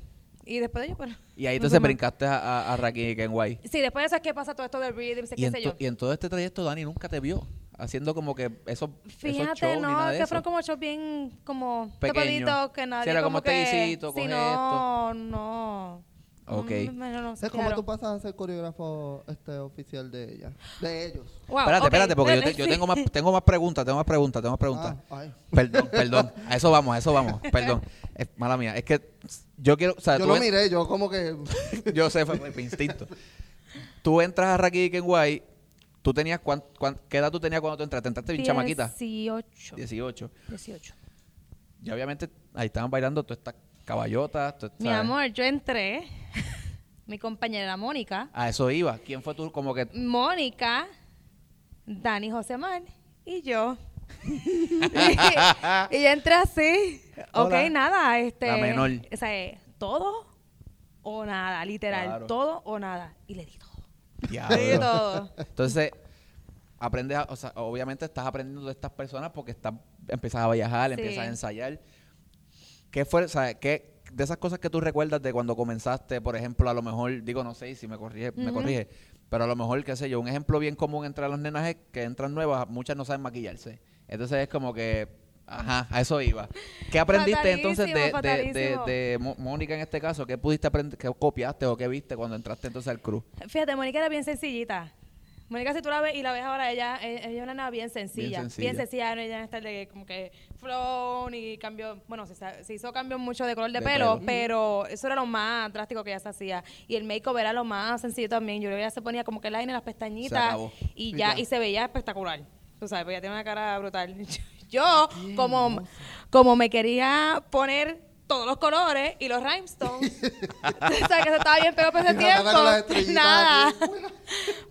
S3: Y después de ellos, bueno.
S1: Y ahí
S3: no
S1: entonces
S3: fue más.
S1: brincaste a, a, a Raki Kenway.
S3: Sí, después de eso es que pasa todo esto de rhythm, sé
S1: Y
S3: qué
S1: en,
S3: sé
S1: to-
S3: yo.
S1: y en todo este trayecto Dani nunca te vio haciendo como que esos esos
S3: Fíjate,
S1: shows, ni nada
S3: no,
S1: de
S3: que
S1: eso.
S3: fueron como shows bien como
S1: Pequeño.
S3: tapaditos, que nadie
S1: Sí, era como
S3: como que,
S1: este guisito,
S3: sí,
S1: coge
S3: no, no.
S1: Ok.
S3: No, no, no, no,
S2: Es como
S3: claro.
S2: tú pasas a ser coreógrafo este, oficial de ella, de ellos.
S3: Wow,
S1: espérate,
S3: ok,
S1: espérate, porque yo, te-
S3: espérate,
S1: yo
S3: sí.
S1: tengo, más, tengo más preguntas, tengo más preguntas, tengo más preguntas.
S2: Ah, ay.
S1: Perdón, perdón. A eso vamos, a eso vamos. Perdón. Es, mala mía. Es que yo quiero. O sea,
S2: Yo
S1: tú
S2: lo
S1: en-
S2: miré, yo como que...
S1: Yo sé, fue por instinto. Tú entras a Raki Kenway. ¿Tú tenías cuán, cuán- ¿Qué edad tú tenías cuando tú entraste? ¿Entraste bien chamaquita?
S3: 18.
S1: 18.
S3: 18.
S1: Y obviamente ahí estaban bailando todas estas Caballota. tú
S3: Mi
S1: sabes.
S3: amor, yo entré. Mi compañera Mónica.
S1: A eso iba. ¿Quién fue tú? Como que.
S3: Mónica, Dani José Mar y yo. y yo entré así.
S1: Hola.
S3: Ok, nada, este.
S1: La menor.
S3: O sea, eh, todo o nada, literal.
S1: Claro.
S3: Todo o nada. Y le di todo.
S1: Diablo.
S3: Le di todo.
S1: Entonces, aprendes, a- o sea, obviamente estás aprendiendo de estas personas porque estás, empiezas a viajar,
S3: Sí.
S1: empiezas a ensayar. ¿Qué fue, o sea, qué, de esas cosas que tú recuerdas de cuando comenzaste, por ejemplo, a lo mejor, digo, no sé y si me corrige, me
S3: Ujú.
S1: corrige, pero a lo mejor, qué sé yo, un ejemplo bien común entre las nenas es que entran nuevas, muchas no saben maquillarse. Entonces es como que, ajá, a eso iba. ¿Qué aprendiste entonces de,
S3: Fatalísimo,
S1: de- de-
S3: fatalísimo.
S1: de Mo- Mónica en este caso? ¿Qué pudiste aprender, qué copiaste o qué viste cuando entraste entonces al cruz?
S3: Fíjate, Mónica era bien sencillita. Mónica, si tú la ves y la ves ahora, ella, eh, ella es una nena bien
S1: Bien
S3: sencilla. Bien
S1: sencilla.
S3: sencilla. no, ella no está de como que flow ni cambio. Bueno, se, sa- se hizo cambios mucho de color de,
S1: De
S3: pelo,
S1: pelo.
S3: pero eso era lo más drástico que ella se hacía. Y el make-up era lo más sencillo también. Yo creo que ella se ponía como que el liner, las pestañitas
S1: acabó.
S3: y
S2: Y
S3: ya,
S2: ya.
S3: y se veía espectacular. Tú sabes, porque ella tiene una cara brutal. Yo, como, como me quería poner todos los colores y los rhinestones, o sea, que eso estaba bien, pero pues ese
S2: Y Renata con las
S3: tiempo,
S2: estrellitas
S3: nada.
S2: aquí. Bueno.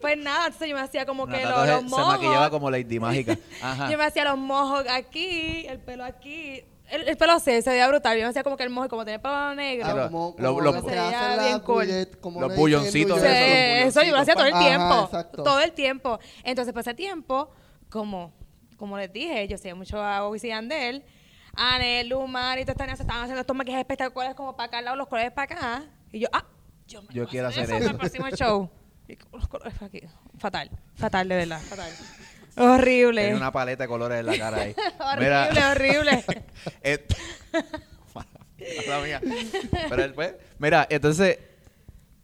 S3: Pues nada, entonces yo me hacía como que
S1: Natato
S3: los,
S1: se-
S3: los
S1: se maquillaba
S3: mojos.
S1: como Lady Mágica. Ajá.
S3: Yo me hacía los mojos aquí, el pelo aquí. El, el pelo se, se veía brutal. Yo me hacía como que el mojo, y como tenía el pelo negro.
S1: Pero-
S2: Ah, como,
S1: lo-
S2: como
S1: lo-
S2: lo que
S3: Se
S2: hacen
S3: veía
S2: las
S3: bien cool.
S2: bullet, como
S1: Los
S2: le dicen en
S1: bulloncitos,
S2: New
S3: Sí,
S1: esos,
S2: York.
S1: los
S3: eso yo lo hacía todo el
S2: Ajá,
S3: tiempo.
S2: exacto.
S3: Todo el tiempo. Entonces, pasé tiempo, como, como les dije, yo sé mucho a Wisin y Andel. Anel, Lumar y todas estas nenas estaban haciendo estos maquillajes espectaculares como para acá al lado, los colores para acá. Y yo, ah, yo, me
S1: Yo
S3: voy a
S1: quiero hacer
S3: para el
S1: eso.
S3: próximo show. Y con los colores para aquí. Fatal, fatal, de verdad, fatal. Horrible.
S1: Tenía una paleta de colores en la cara ahí.
S3: horrible,
S1: Mira,
S3: horrible.
S1: et- Mala mía. Pero él, pues, mira, entonces,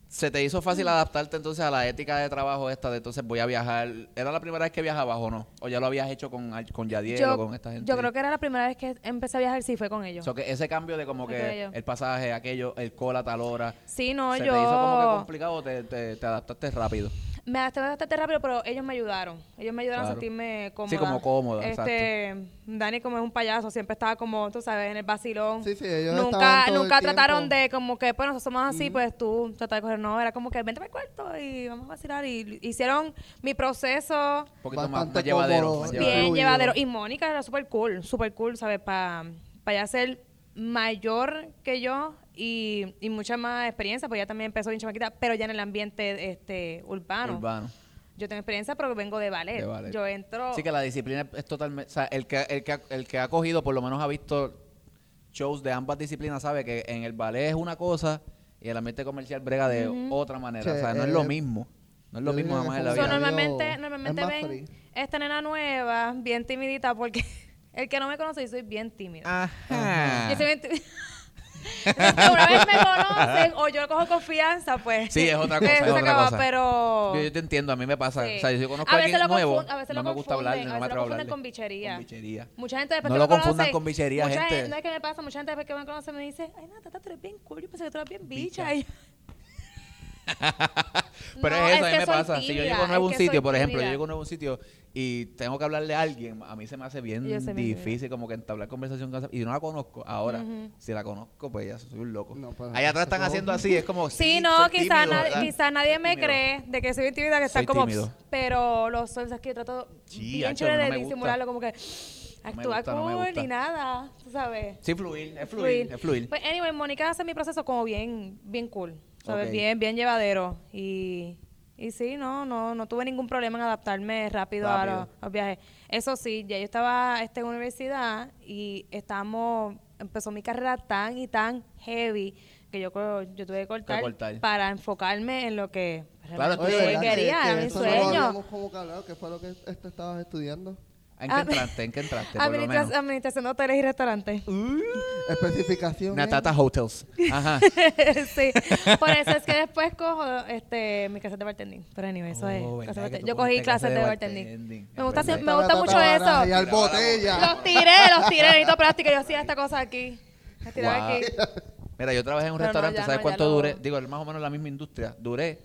S1: ¿se te hizo fácil adaptarte entonces a la ética de trabajo esta de entonces voy a viajar? ¿Era la primera vez que viajabas o no? ¿O ya lo habías hecho con, al- con Yadiel o con esta gente?
S3: yo creo que era la primera vez que empecé a viajar, sí, fue con ellos.
S1: So, que ese cambio de como que
S3: Aquello.
S1: el pasaje, aquello, el cola a tal hora.
S3: sí, no,
S1: ¿Se
S3: yo...
S1: te hizo como que complicado o te, te- te adaptaste rápido?
S3: Me adapté bastante rápido, pero ellos me ayudaron. Ellos me ayudaron
S1: Claro.
S3: a sentirme cómoda.
S1: Sí, como cómoda,
S3: Este, Dani, como es un payaso, siempre estaba como, tú sabes, en el vacilón.
S2: Sí, sí, ellos
S3: nunca
S2: estaban todo el
S3: nunca trataron
S2: tiempo.
S3: de como que, pues nosotros somos así, pues tú tratas de coger. No, era como que vente para el cuarto y vamos a vacilar. Y hicieron mi proceso
S1: Un poquito más- más,
S2: Bastante
S1: llevadero.
S2: cómodo.
S1: más
S2: Bien.
S1: llevadero.
S3: bien
S2: Fluido.
S3: llevadero. Y Mónica era súper cool, súper cool, ¿sabes? Para ya ser mayor que yo y, y mucha más experiencia, pues ya también empezó bien chamaquita, pero ya en el ambiente este
S1: Urbano.
S3: yo tengo experiencia, pero vengo de ballet.
S1: De ballet.
S3: Eh, Yo entro.
S1: Sí, que la disciplina es totalmente. O sea, el que, el, que, ha- el que ha cogido, por lo menos ha visto shows de ambas disciplinas, sabe que en el ballet es una cosa y el ambiente comercial brega de otra manera.
S2: Sí,
S1: o sea, no es
S2: eh,
S1: lo mismo. No es lo
S2: yo
S1: mismo
S2: diría
S1: jamás
S2: que
S1: en la
S2: es
S3: So,
S1: vida.
S2: como-
S3: normalmente
S2: Adiós.
S3: normalmente
S2: Es más
S3: ven
S2: free.
S3: esta nena nueva, bien timidita, porque el que no me conoce, yo soy bien tímida.
S1: Ajá.
S3: Yo soy bien tímida. Entonces, una vez me conocen o yo cojo confianza, pues.
S1: Sí, es otra cosa, es
S3: eso se
S1: otra
S3: acaba,
S1: cosa.
S3: Pero.
S1: Yo, yo te entiendo, a mí me pasa.
S3: Sí.
S1: O sea, yo conozco
S3: A
S1: a
S3: veces
S1: alguien
S3: lo
S1: nuevo.
S3: confun- a veces
S1: no
S3: lo
S1: me gusta hablarle, no
S3: confunden,
S1: me
S3: a veces
S1: atrevo
S3: lo
S1: a hablarle.
S3: confunden con bichería.
S1: Con bichería.
S3: Mucha gente después
S1: No
S3: que
S1: lo
S3: me conoce-
S1: confundan con bichería,
S3: mucha
S1: gente.
S3: No es que me pasa, mucha gente después que me conoce me dice, ay, no, tata, tú eres bien cool, yo pensé que tú eras bien bicha.
S1: Bicha.
S3: Y-
S1: Pero
S3: No,
S1: es eso, a
S3: es
S1: mí
S3: que
S1: me
S3: soy
S1: pasa. si yo
S3: tibia,
S1: llego nuevo a
S3: es
S1: un
S3: que
S1: sitio,
S3: soy
S1: por ejemplo, yo
S3: tibia.
S1: llego nuevo a un sitio y tengo que hablarle a alguien, a mí se me hace bien
S3: Yo sé, mi vida.
S1: difícil como que entablar conversación con esa Y no la conozco. Ahora, si la conozco, pues ya soy un loco.
S2: No, pues,
S1: Allá atrás están
S2: eso-
S1: haciendo así, es como.
S3: Sí, no,
S1: soy
S3: quizá,
S1: tímido,
S3: nadie-
S1: ¿verdad?
S3: quizá nadie
S1: Soy
S3: me
S1: tímido.
S3: cree de que soy bien tímida, que
S1: Soy
S3: está como...
S1: tímido.
S3: "Ps", Pero lo soy, o sea, es que yo trato
S1: Sí,
S3: bien
S1: hacho,
S3: chévere
S1: no me
S3: de
S1: gusta.
S3: disimularlo, como que
S1: me
S3: actúa
S1: gusta, no me
S3: cool
S1: gusta.
S3: y nada, tú sabes.
S1: Sí, fluir, es fluir, es fluir.
S3: Pues, anyway, Mónica hace mi proceso como bien, bien cool, ¿sabes?
S1: Ok.
S3: Bien, bien llevadero. Y, y sí, no, no, no tuve ningún problema en adaptarme rápido, a
S1: Rápido.
S3: los, a los viajes. Eso sí, ya yo estaba este, en universidad y estábamos, empezó mi carrera tan y tan heavy que yo, co- yo tuve que cortar,
S1: cortar.
S3: para enfocarme en lo que
S1: Claro, tú
S3: realmente
S1: Oye, ¿verdad?
S3: quería,
S2: Que-
S3: era
S2: que
S3: mi
S2: eso no lo
S3: sueño.
S2: habíamos como que hablado, que fue lo que este estabas estudiando.
S1: ¿En qué
S3: Ah,
S1: entraste? ¿En qué entraste? Por lo
S3: Administra-
S1: menos.
S3: administración de hoteles y restaurantes.
S2: Especificación.
S1: Natata Hotels. Ajá.
S3: sí, por eso es que después cojo este, mi clases de bartending. Pero anyway, eso
S1: Oh,
S3: es.
S1: ¿verdad
S3: clase de
S1: que
S3: bartending.
S1: tú
S3: Yo cogí
S1: cogiste
S3: clases
S1: clases
S3: de
S1: de
S3: bartending.
S1: bartending?
S3: Me gusta,
S1: Es verdad.
S3: me gusta mucho
S2: Y
S3: eso.
S2: al botella.
S3: Los tiré, los tiré. Necesito práctica. Yo hacía esta cosa aquí. La tiraba
S1: Guau.
S3: aquí.
S1: Mira, yo trabajé en un
S3: Pero no,
S1: restaurante,
S3: ya
S1: ¿sabes
S3: no, ya
S1: cuánto
S3: lo-
S1: duré? Digo, más o menos la misma industria. Duré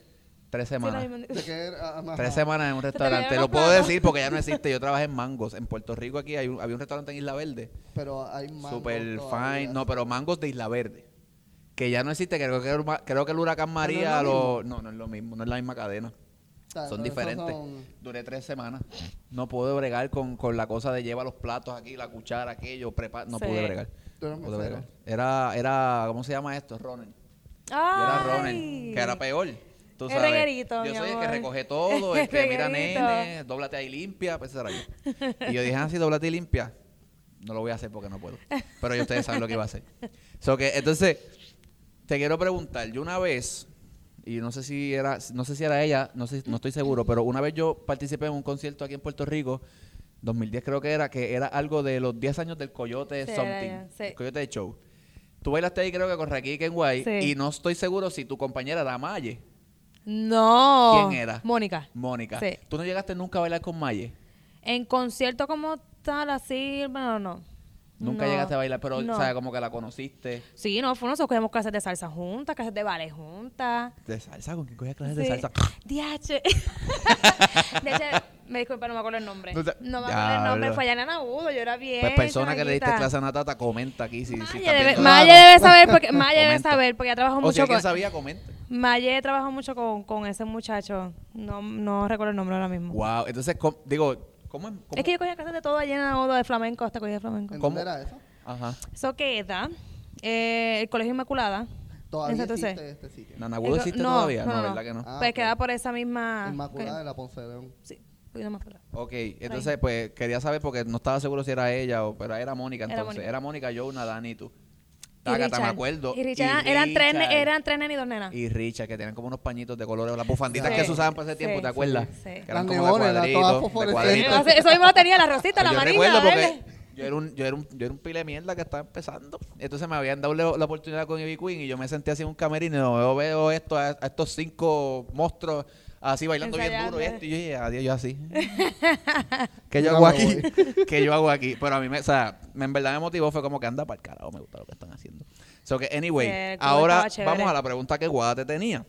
S1: tres
S3: Sí,
S1: semanas.
S3: no, yo me-
S2: ¿De qué era? Ah, ajá.
S1: Tres semanas en un
S3: te
S1: restaurante.
S3: olvidaron
S1: Lo
S3: los
S1: puedo
S3: platos.
S1: decir porque ya no existe. Yo trabajé en Mangos. En Puerto Rico aquí hay un- había un restaurante en Isla Verde.
S2: Pero hay más.
S1: super fine. No, pero Mangos de Isla Verde. que ya no existe, creo que, el huma- creo que el huracán María
S2: es
S1: lo-
S2: lo
S1: no, no es lo mismo, no es la misma cadena.
S2: sea,
S1: son
S2: esos
S1: diferentes.
S2: son-
S1: Duré tres semanas. No pude bregar con, con la cosa de lleva los platos aquí, la cuchara, aquello, prepa- No
S3: Sí.
S1: pude bregar.
S2: Tú eras
S1: No
S2: mesero.
S1: pude bregar. Era, era, ¿cómo se llama esto? Ronen. Yo era Ronen,
S3: ¡Ay!
S1: que era peor. Tú
S3: El
S1: sabes.
S3: reguerito,
S1: yo
S3: mi
S1: soy el
S3: amor.
S1: que recoge todo, el
S3: El
S1: que mira
S3: reguerito.
S1: nene, dóblate ahí limpia, pues ese era yo. Y yo dije, ah, sí, dóblate y limpia. No lo voy a hacer porque no puedo. Pero ya ustedes saben lo que iba a hacer. So que, entonces, te quiero preguntar, yo una vez, y no sé si era, no sé si era ella, no sé, no estoy seguro, pero una vez yo participé en un concierto aquí en Puerto Rico, 2010 creo que era, que era algo de los 10 años del Coyote
S3: Sí, era ella,
S1: Something,
S3: sí.
S1: el Coyote Show. Tú bailaste ahí creo que con Raquel Kenway
S3: Sí.
S1: y no estoy seguro si tu compañera era Maye,
S3: No.
S1: ¿Quién era?
S3: Mónica.
S1: Mónica.
S3: Sí.
S1: Tú no llegaste nunca a bailar con Maye.
S3: En concierto como tal, así, bueno, no.
S1: Nunca
S3: No.
S1: llegaste a bailar, pero
S3: No.
S1: o sea, como que la conociste.
S3: Sí, no, fue nosotros cogemos clases de salsa juntas, clases de ballet juntas.
S1: ¿De salsa? ¿Con quién cogías clases de
S3: Sí.
S1: salsa?
S3: DH. DH, me disculpa, no me acuerdo el nombre.
S1: No
S3: No,
S1: te-
S3: me acuerdo el nombre,
S1: Diablo.
S3: fue allá en Anahudo, yo era bien.
S1: Pues persona que le diste
S3: chamaquita.
S1: clase a Natata, comenta aquí si, si estás
S3: Maye debe,
S1: viendo.
S3: Maye
S2: Claro.
S3: debe saber, porque Maye debe
S1: Comenta.
S3: saber, porque ya trabajó
S1: O si
S3: mucho
S1: alguien
S3: con.
S1: sabía, comenta.
S3: Maye trabajó mucho con, con ese muchacho. No, no recuerdo el nombre ahora mismo.
S1: Wow, entonces, com- digo, ¿cómo, es- cómo-
S3: Es que yo cogía clases de todo allá en Anahudo, de flamenco, hasta cogía de flamenco.
S2: ¿En
S1: ¿Cómo?
S2: dónde era eso?
S1: Ajá.
S3: Eso queda. eh, el Colegio Inmaculada. en
S2: Todavía
S3: Santurce.
S2: existe este sitio.
S1: ¿Nanagudo
S3: Eso-
S1: existe
S3: no,
S1: todavía? No,
S3: no, no.
S1: ¿verdad que no?
S2: Ah,
S3: pues
S2: ok.
S3: queda por esa misma.
S2: Inmaculada de
S3: que-
S2: la Ponce de León.
S3: Sí, un poquito más para atrás.
S1: Ok, entonces, pues, quería saber porque no estaba seguro si era ella o... Pero era Mónica,
S3: Era
S1: entonces.
S3: Mónica.
S1: Era Mónica, yo, una Dani y tú.
S3: Y
S1: Tácata, me
S3: Richard.
S1: acuerdo.
S3: Y Richard, eran- eran, tres, ne-
S1: Richard.
S3: eran tres nenes y dos nenas.
S1: Y Richard, que tenían como unos pañitos de colores, las bufanditas
S3: Sí,
S1: que se usaban para ese tiempo,
S3: sí,
S1: ¿te acuerdas?
S3: sí, sí.
S1: Que
S2: Las
S1: eran como
S2: neones,
S1: de
S2: las todas
S1: cuadritos, de
S2: fosforescentes.
S1: cuadritos.
S3: Eso- eso mismo tenía la rosita, la
S1: Pues yo
S3: amarilla,
S1: recuerdo
S3: la
S1: porque
S3: verde.
S1: yo era, un, yo, era un, yo era un pile de mierda que estaba empezando. Entonces me habían dado la, la oportunidad con Ivy Queen y yo me senté así en un camerino y yo veo esto, a, a estos cinco monstruos así bailando bien
S3: Ensayando.
S1: duro y esto. Y yo dije, adiós, yo así. ¿Qué
S2: Ya
S1: yo hago
S2: me
S1: aquí? ¿Qué yo hago aquí? Pero a mí, me, o sea, me- en verdad me motivó, fue como que anda para el carajo, me gusta lo que están haciendo. So que, anyway,
S3: Sí, el cubo
S1: ahora
S3: estaba chévere.
S1: vamos a la pregunta que Guada te tenía.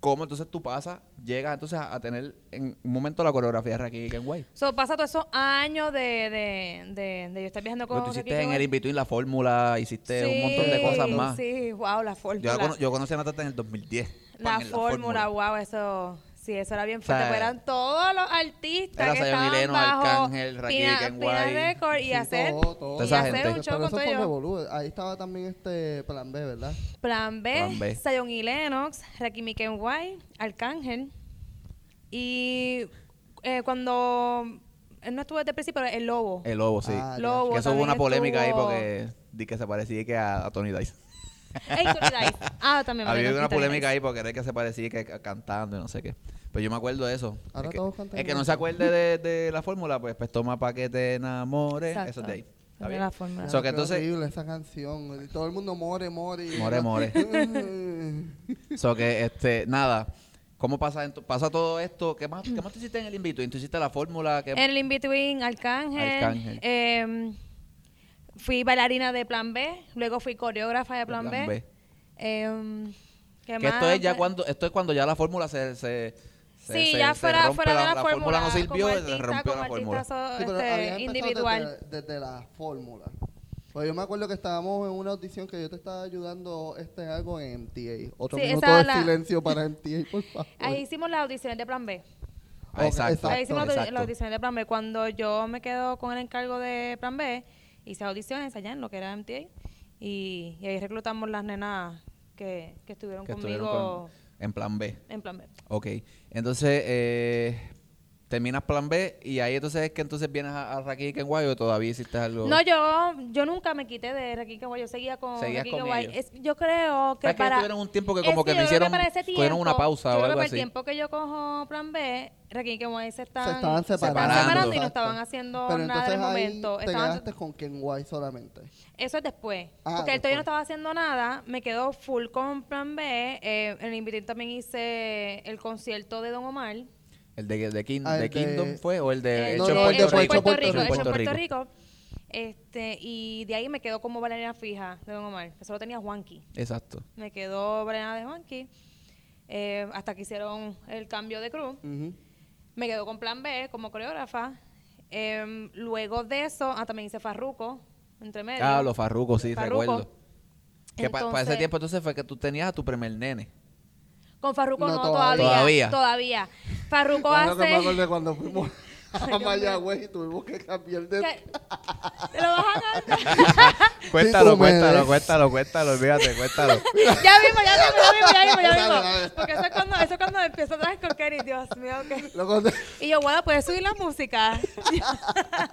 S1: ¿Cómo entonces tú pasas, llegas entonces a, a tener en un momento la coreografía de Raquel Kenway?
S3: So, pasa todos esos años de, de, de, de yo estar viajando con
S1: Pero tú hiciste
S3: Ricky
S1: en
S3: Gervais.
S1: el in-between la fórmula, hiciste un montón de
S3: Sí,
S1: cosas más.
S3: Sí, wow, la fórmula.
S1: Yo, la cono- yo conocí a Natata en el 2010.
S3: la
S1: pan, en
S3: fórmula, wow, eso. Sí, eso era bien fuerte.
S1: O sea,
S3: porque eran todos los artistas
S1: era
S3: que
S1: Zion
S3: estaban
S1: Leno,
S3: bajo
S1: Arcángel, Rakim,
S3: Pina-
S1: Ken
S3: Pina
S1: White.
S3: Record y
S2: Sí,
S3: hacer,
S2: todo, todo.
S1: Toda
S3: Y
S1: esa
S3: hacer
S1: gente.
S3: un show
S2: Pero
S3: con
S2: eso
S3: todo
S2: fue
S3: ellos.
S2: revolú. Ahí estaba también este Plan B, ¿verdad?
S3: Plan B,
S1: Plan B.
S3: Zion y Lennox, Rakim y Ken White, Arcángel. Y eh, cuando... Él no estuvo desde el principio, pero el Lobo.
S1: El lobo, sí.
S2: Ah,
S3: Lobo
S1: Eh, que eso hubo una
S3: también
S1: polémica
S3: estuvo-
S1: ahí porque di que se parecía que a, a Tony Dice.
S3: Ey, Tony Dice. Ah, también.
S1: Había
S3: Mariano,
S1: una
S3: sí, Tony
S1: polémica
S3: Dice.
S1: ahí porque era que se parecía que ca- cantando y no sé qué. Pero yo me acuerdo de eso.
S2: Ahora
S1: es que,
S2: todos cantan
S1: el que no
S2: igual.
S1: se acuerde de, de la fórmula, pues, pues toma pa' que te enamores.
S3: Exacto.
S1: Eso es de ahí. ¿Está
S3: De
S1: bien?
S3: la fórmula.
S1: So que
S2: Qué
S1: entonces-
S2: horrible esa canción. Y Todo el mundo more, more. y-
S1: More, more. So que, este, nada. ¿Cómo pasa, ento- pasa todo esto? ¿Qué más, ¿Qué más tú hiciste en el invito? ¿Tú hiciste la fórmula? que
S3: En el In-Between, Arcángel.
S1: Arcángel.
S3: em, fui bailarina de Plan B. Luego fui coreógrafa de Plan,
S1: Plan
S3: B.
S1: B.
S3: Em, ¿qué
S1: Que esto es ya
S3: más?
S1: cuando esto es cuando ya la fórmula se se se-
S3: pues, Sí,
S1: se-
S3: ya
S1: se
S3: fuera,
S1: rompe
S3: fuera de la,
S1: la
S3: fórmula.
S1: no sirvió
S3: como
S1: y
S3: artista,
S1: se rompió
S3: como
S1: la fórmula.
S3: artista, so-
S2: Sí, pero
S3: este,
S2: habían empezado
S3: individual.
S2: Desde, desde la fórmula. Pues yo me acuerdo que estábamos en una audición que yo te estaba ayudando este algo en MTA. Otro
S3: Sí,
S2: minuto
S3: esa
S2: de
S3: la-
S2: silencio para MTA, por favor.
S3: Ahí hicimos las audiciones de Plan B.
S1: Ah, exacto.
S3: Ahí hicimos las audi-
S1: exacto.
S3: las audiciones de Plan B. Cuando yo me quedo con el encargo de Plan B, hice audiciones allá en lo que era MTA. Y, y ahí reclutamos las nenas que, que estuvieron
S1: que estuvieron
S3: conmigo
S1: con- en plan B.
S3: en Plan B.
S1: Ok. Entonces eh, terminas plan B y ahí entonces es que entonces vienes a, a Raquel y Kenway o todavía hiciste algo.
S3: No, yo, yo nunca me quité de Raquín Kawai, yo seguía con
S1: Seguías
S3: Raquín
S1: con
S3: Kawai.
S1: ellos.
S3: Es- yo creo que
S1: Es que
S3: para...
S1: tuvieron un tiempo que
S3: es
S1: como que no
S3: yo creo
S1: hicieron-
S3: para ese
S1: tuvieron una pausa o
S3: yo creo que
S1: algo
S3: para
S1: así.
S3: el tiempo que yo cojo Plan B, Raquín Kawai se están,
S2: Se estaban separando.
S1: separando.
S3: y no
S2: Exacto.
S3: estaban haciendo
S2: Pero
S3: nada en el
S2: entonces ahí
S3: momento.
S2: te
S3: Estaban-
S2: quedaste con Ken White solamente.
S3: eso es después.
S2: Ah,
S3: porque el todavía no
S2: después.
S3: estaba haciendo nada, me quedo full con Plan B. eh, en el Invitín también hice el concierto de Don Omar.
S1: El de, de, King-
S2: Ah, el
S1: de Kingdom
S2: de-
S1: fue o el de
S3: eh,
S2: no,
S1: hecho
S2: no,
S1: en
S2: el de
S1: Puerto
S2: Puerto
S1: Rico.
S2: Puerto Rico,
S1: Hecho en
S3: hecho en
S1: Puerto Rico.
S3: Rico. Este, y de ahí me quedo como bailarina fija de Don Omar. que Solo tenía Juanqui.
S1: Exacto.
S3: me quedó Brenna de Juanqui, eh, hasta que hicieron el cambio de crew.
S2: Ujú.
S3: Me quedó con Plan B como coreógrafa. Em, luego de eso, ah, también hice Farruco, entre medio.
S1: Ah, los farrucos, sí,
S3: Farruko.
S1: recuerdo. Que pa- para ese
S3: Entonces-
S1: tiempo entonces fue que tú tenías a tu primer nene.
S3: Con Farruko
S2: No,
S3: no,
S2: todavía.
S1: Todavía.
S3: todavía. Todavía. Farruko
S2: Claro que me
S3: hace...
S2: acordé cuando fuimos
S3: Ay,
S2: a
S3: Dios mío.
S2: Mayagüez y tuvimos que cambiar de...
S3: ¿Qué? ¿Te lo vas a cantar?
S2: Sí,
S4: Cuéntalo,
S2: tú me
S4: cuéntalo,
S2: ves.
S4: cuéntalo, cuéntalo, olvídate, cuéntalo.
S3: Ya mismo, ya mismo, ya mismo, ya mismo, ya
S2: Dale, dale.
S3: mismo. Porque eso es cuando, eso es cuando empiezo otra vez con Kenny, Dios mío, que...
S2: Loco, te-
S3: Y yo, bueno, ¿puedes subir la música?
S2: era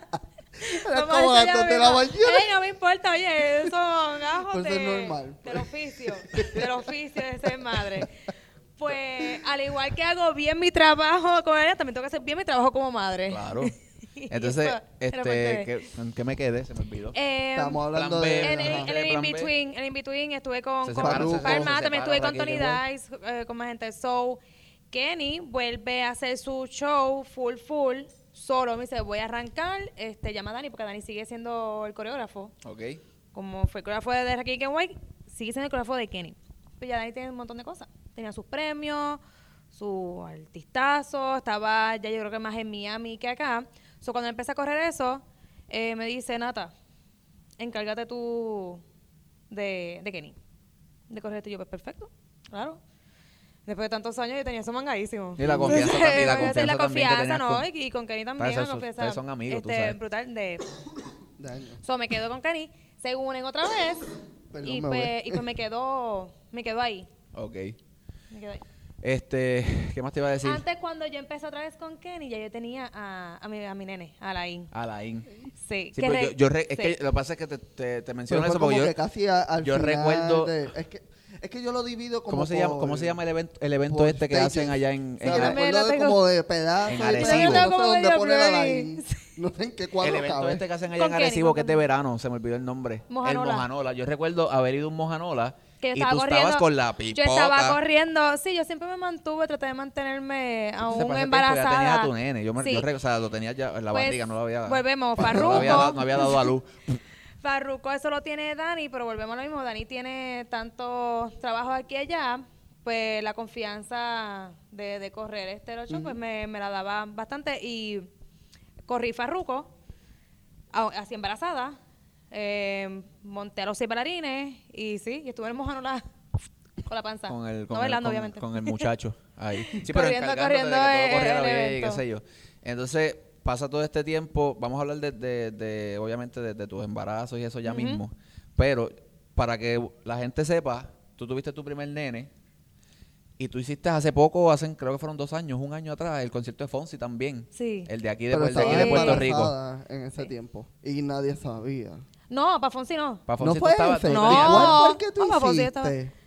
S3: Vamos a
S2: como
S3: ensayar
S2: antes de
S3: ahorita.
S2: la mañana.
S3: Ey, no me importa, oye, eso gajo
S2: Pues
S3: de-
S2: es normal.
S3: del oficio, del oficio de ser madre. Pues al igual que hago bien mi trabajo con ella, también tengo que hacer bien mi trabajo como madre.
S1: Claro.
S3: Y
S1: Entonces,
S3: eso era parte
S1: este,
S3: de-
S1: ¿qué, en qué me quedé? Se me olvidó.
S3: pues, Eh,
S2: Estamos hablando
S1: Plan B,
S2: de...
S3: en,
S1: ajá.
S3: el, en el
S1: Plan
S3: in
S1: B.
S3: between, en el in between estuve con,
S1: Se
S3: con
S2: separan, se
S3: Farmah,
S1: separan,
S3: también
S1: se
S3: estuve con
S1: separan,
S3: Tony
S1: Raquel,
S3: Dice, eh, con más gente. So, Kenny vuelve a hacer su show full full solo. Me dice, voy a arrancar, este, llama a Dani, porque Dani sigue siendo el coreógrafo.
S1: Ok.
S3: Como fue el coreógrafo de Raquel Ken White, sigue siendo el coreógrafo de Kenny. Pero ya Dani tiene un montón de cosas. Tenía sus premios, su artistazo, estaba ya yo creo que más en Miami que acá. So, cuando empecé a correr eso, eh, me dice, Nata, encárgate tú de, de Kenny. De correr esto. Y yo, pues perfecto, claro. Después de tantos años yo tenía eso mangadísimo.
S1: Y la confianza también, y la
S3: Entonces,
S1: confianza también que
S3: confianza,
S1: tenías
S3: ¿no?
S1: tú.
S3: Y, y con Kenny también,
S1: Ustedes
S3: la
S1: son-
S3: confianza.
S1: ustedes son amigos, tú
S3: este,
S1: sabes.
S3: brutal de...
S2: de año.
S3: So, me quedo con Kenny, se unen otra vez
S2: Perdón,
S3: y,
S2: me voy.
S3: pues, y pues me quedo, me quedo ahí.
S1: Ok.
S3: Me quedo ahí.
S1: Este, ¿qué más te iba a decir?
S3: Antes cuando yo empecé otra vez con Kenny, ya yo tenía a, a, mi, a mi nene, a Laín.
S1: Alain. Sí,
S3: Sí, que
S1: pero yo,
S3: re-
S1: yo re- es
S3: sí.
S1: que lo que pasa es que te, te, te
S2: Pero
S1: menciono
S2: fue
S1: eso
S2: como
S1: porque yo,
S2: que casi a- al
S1: yo
S2: final
S1: recuerdo-
S2: de- es, que, es que yo lo divido como
S1: ¿Cómo se, llama,
S2: por-
S1: ¿Cómo se llama el evento, el evento
S2: por
S1: este que
S2: stages.
S1: hacen allá en,
S2: O
S1: en
S2: sea, me
S1: Alain?
S3: Alain.
S2: acuerdo de como de pedazos.
S1: En
S2: y
S1: Arecibo.
S2: pedazos, No sé
S3: Como
S2: dónde
S3: medio
S2: poner a la
S3: play.
S2: in. No sé en qué
S1: El
S2: cuadro
S1: evento
S2: cabe.
S1: este que hacen allá en
S3: Con Kenny,
S1: Arecibo,
S3: con
S1: que es de
S3: Kenny.
S1: verano, se me olvidó el nombre.
S3: Mojanola.
S1: El Mojanola. Yo recuerdo haber ido a un Mojanola
S3: que yo
S1: y
S3: estaba
S1: tú
S3: corriendo.
S1: estabas con la pipota.
S3: Yo estaba corriendo. Sí, yo siempre me mantuve, traté de mantenerme
S1: Entonces,
S3: aún
S1: para ese tiempo
S3: embarazada.
S1: Ya tenías a tu nene. Yo, me,
S3: Sí.
S1: yo re- o sea, lo tenía ya en la
S3: Pues,
S1: barriga, no lo había...
S3: Volvemos,
S1: No
S3: Farruko.
S1: había, dado- no había dado a luz.
S3: Farruko, eso lo tiene Dani, pero volvemos a lo mismo. Dani tiene tantos trabajos aquí y allá, pues la confianza de, de correr este 8 pues me, me la daba bastante. Y corrí Farruko, a- así embarazada, eh, monté a los seis bailarines y sí, y estuve en Mojanola con la panza.
S1: con el, con
S3: no
S1: el-
S3: bailando,
S1: con-
S3: obviamente.
S1: con el muchacho ahí. Sí,
S3: Corriendo,
S1: encargándote
S3: corriendo
S1: de que
S3: el-
S1: todo corriera
S3: el
S1: bien y qué
S3: evento.
S1: sé yo. Entonces, pasa todo este tiempo, vamos a hablar de, de- de, obviamente, de, de tus embarazos y eso ya mismo. Pero, para que la gente sepa, tú tuviste tu primer nene y tú hiciste hace poco, hace, creo que fueron dos años, un año atrás, el concierto de Fonsi también.
S3: Sí.
S1: El de aquí de,
S2: Pero
S1: el de aquí
S2: estaba
S1: de Puerto Rico.
S2: embarazada en ese tiempo. Y nadie sabía.
S3: No, para Fonsi no.
S1: Pa'
S2: ¿No
S1: Fonsi tú
S2: fue
S1: estabas-
S2: ese?
S1: tú
S3: No.
S1: tenías-
S2: ¿Cuál fue el que tú
S3: Vamos, Fonsi,
S2: hiciste?
S3: estaba-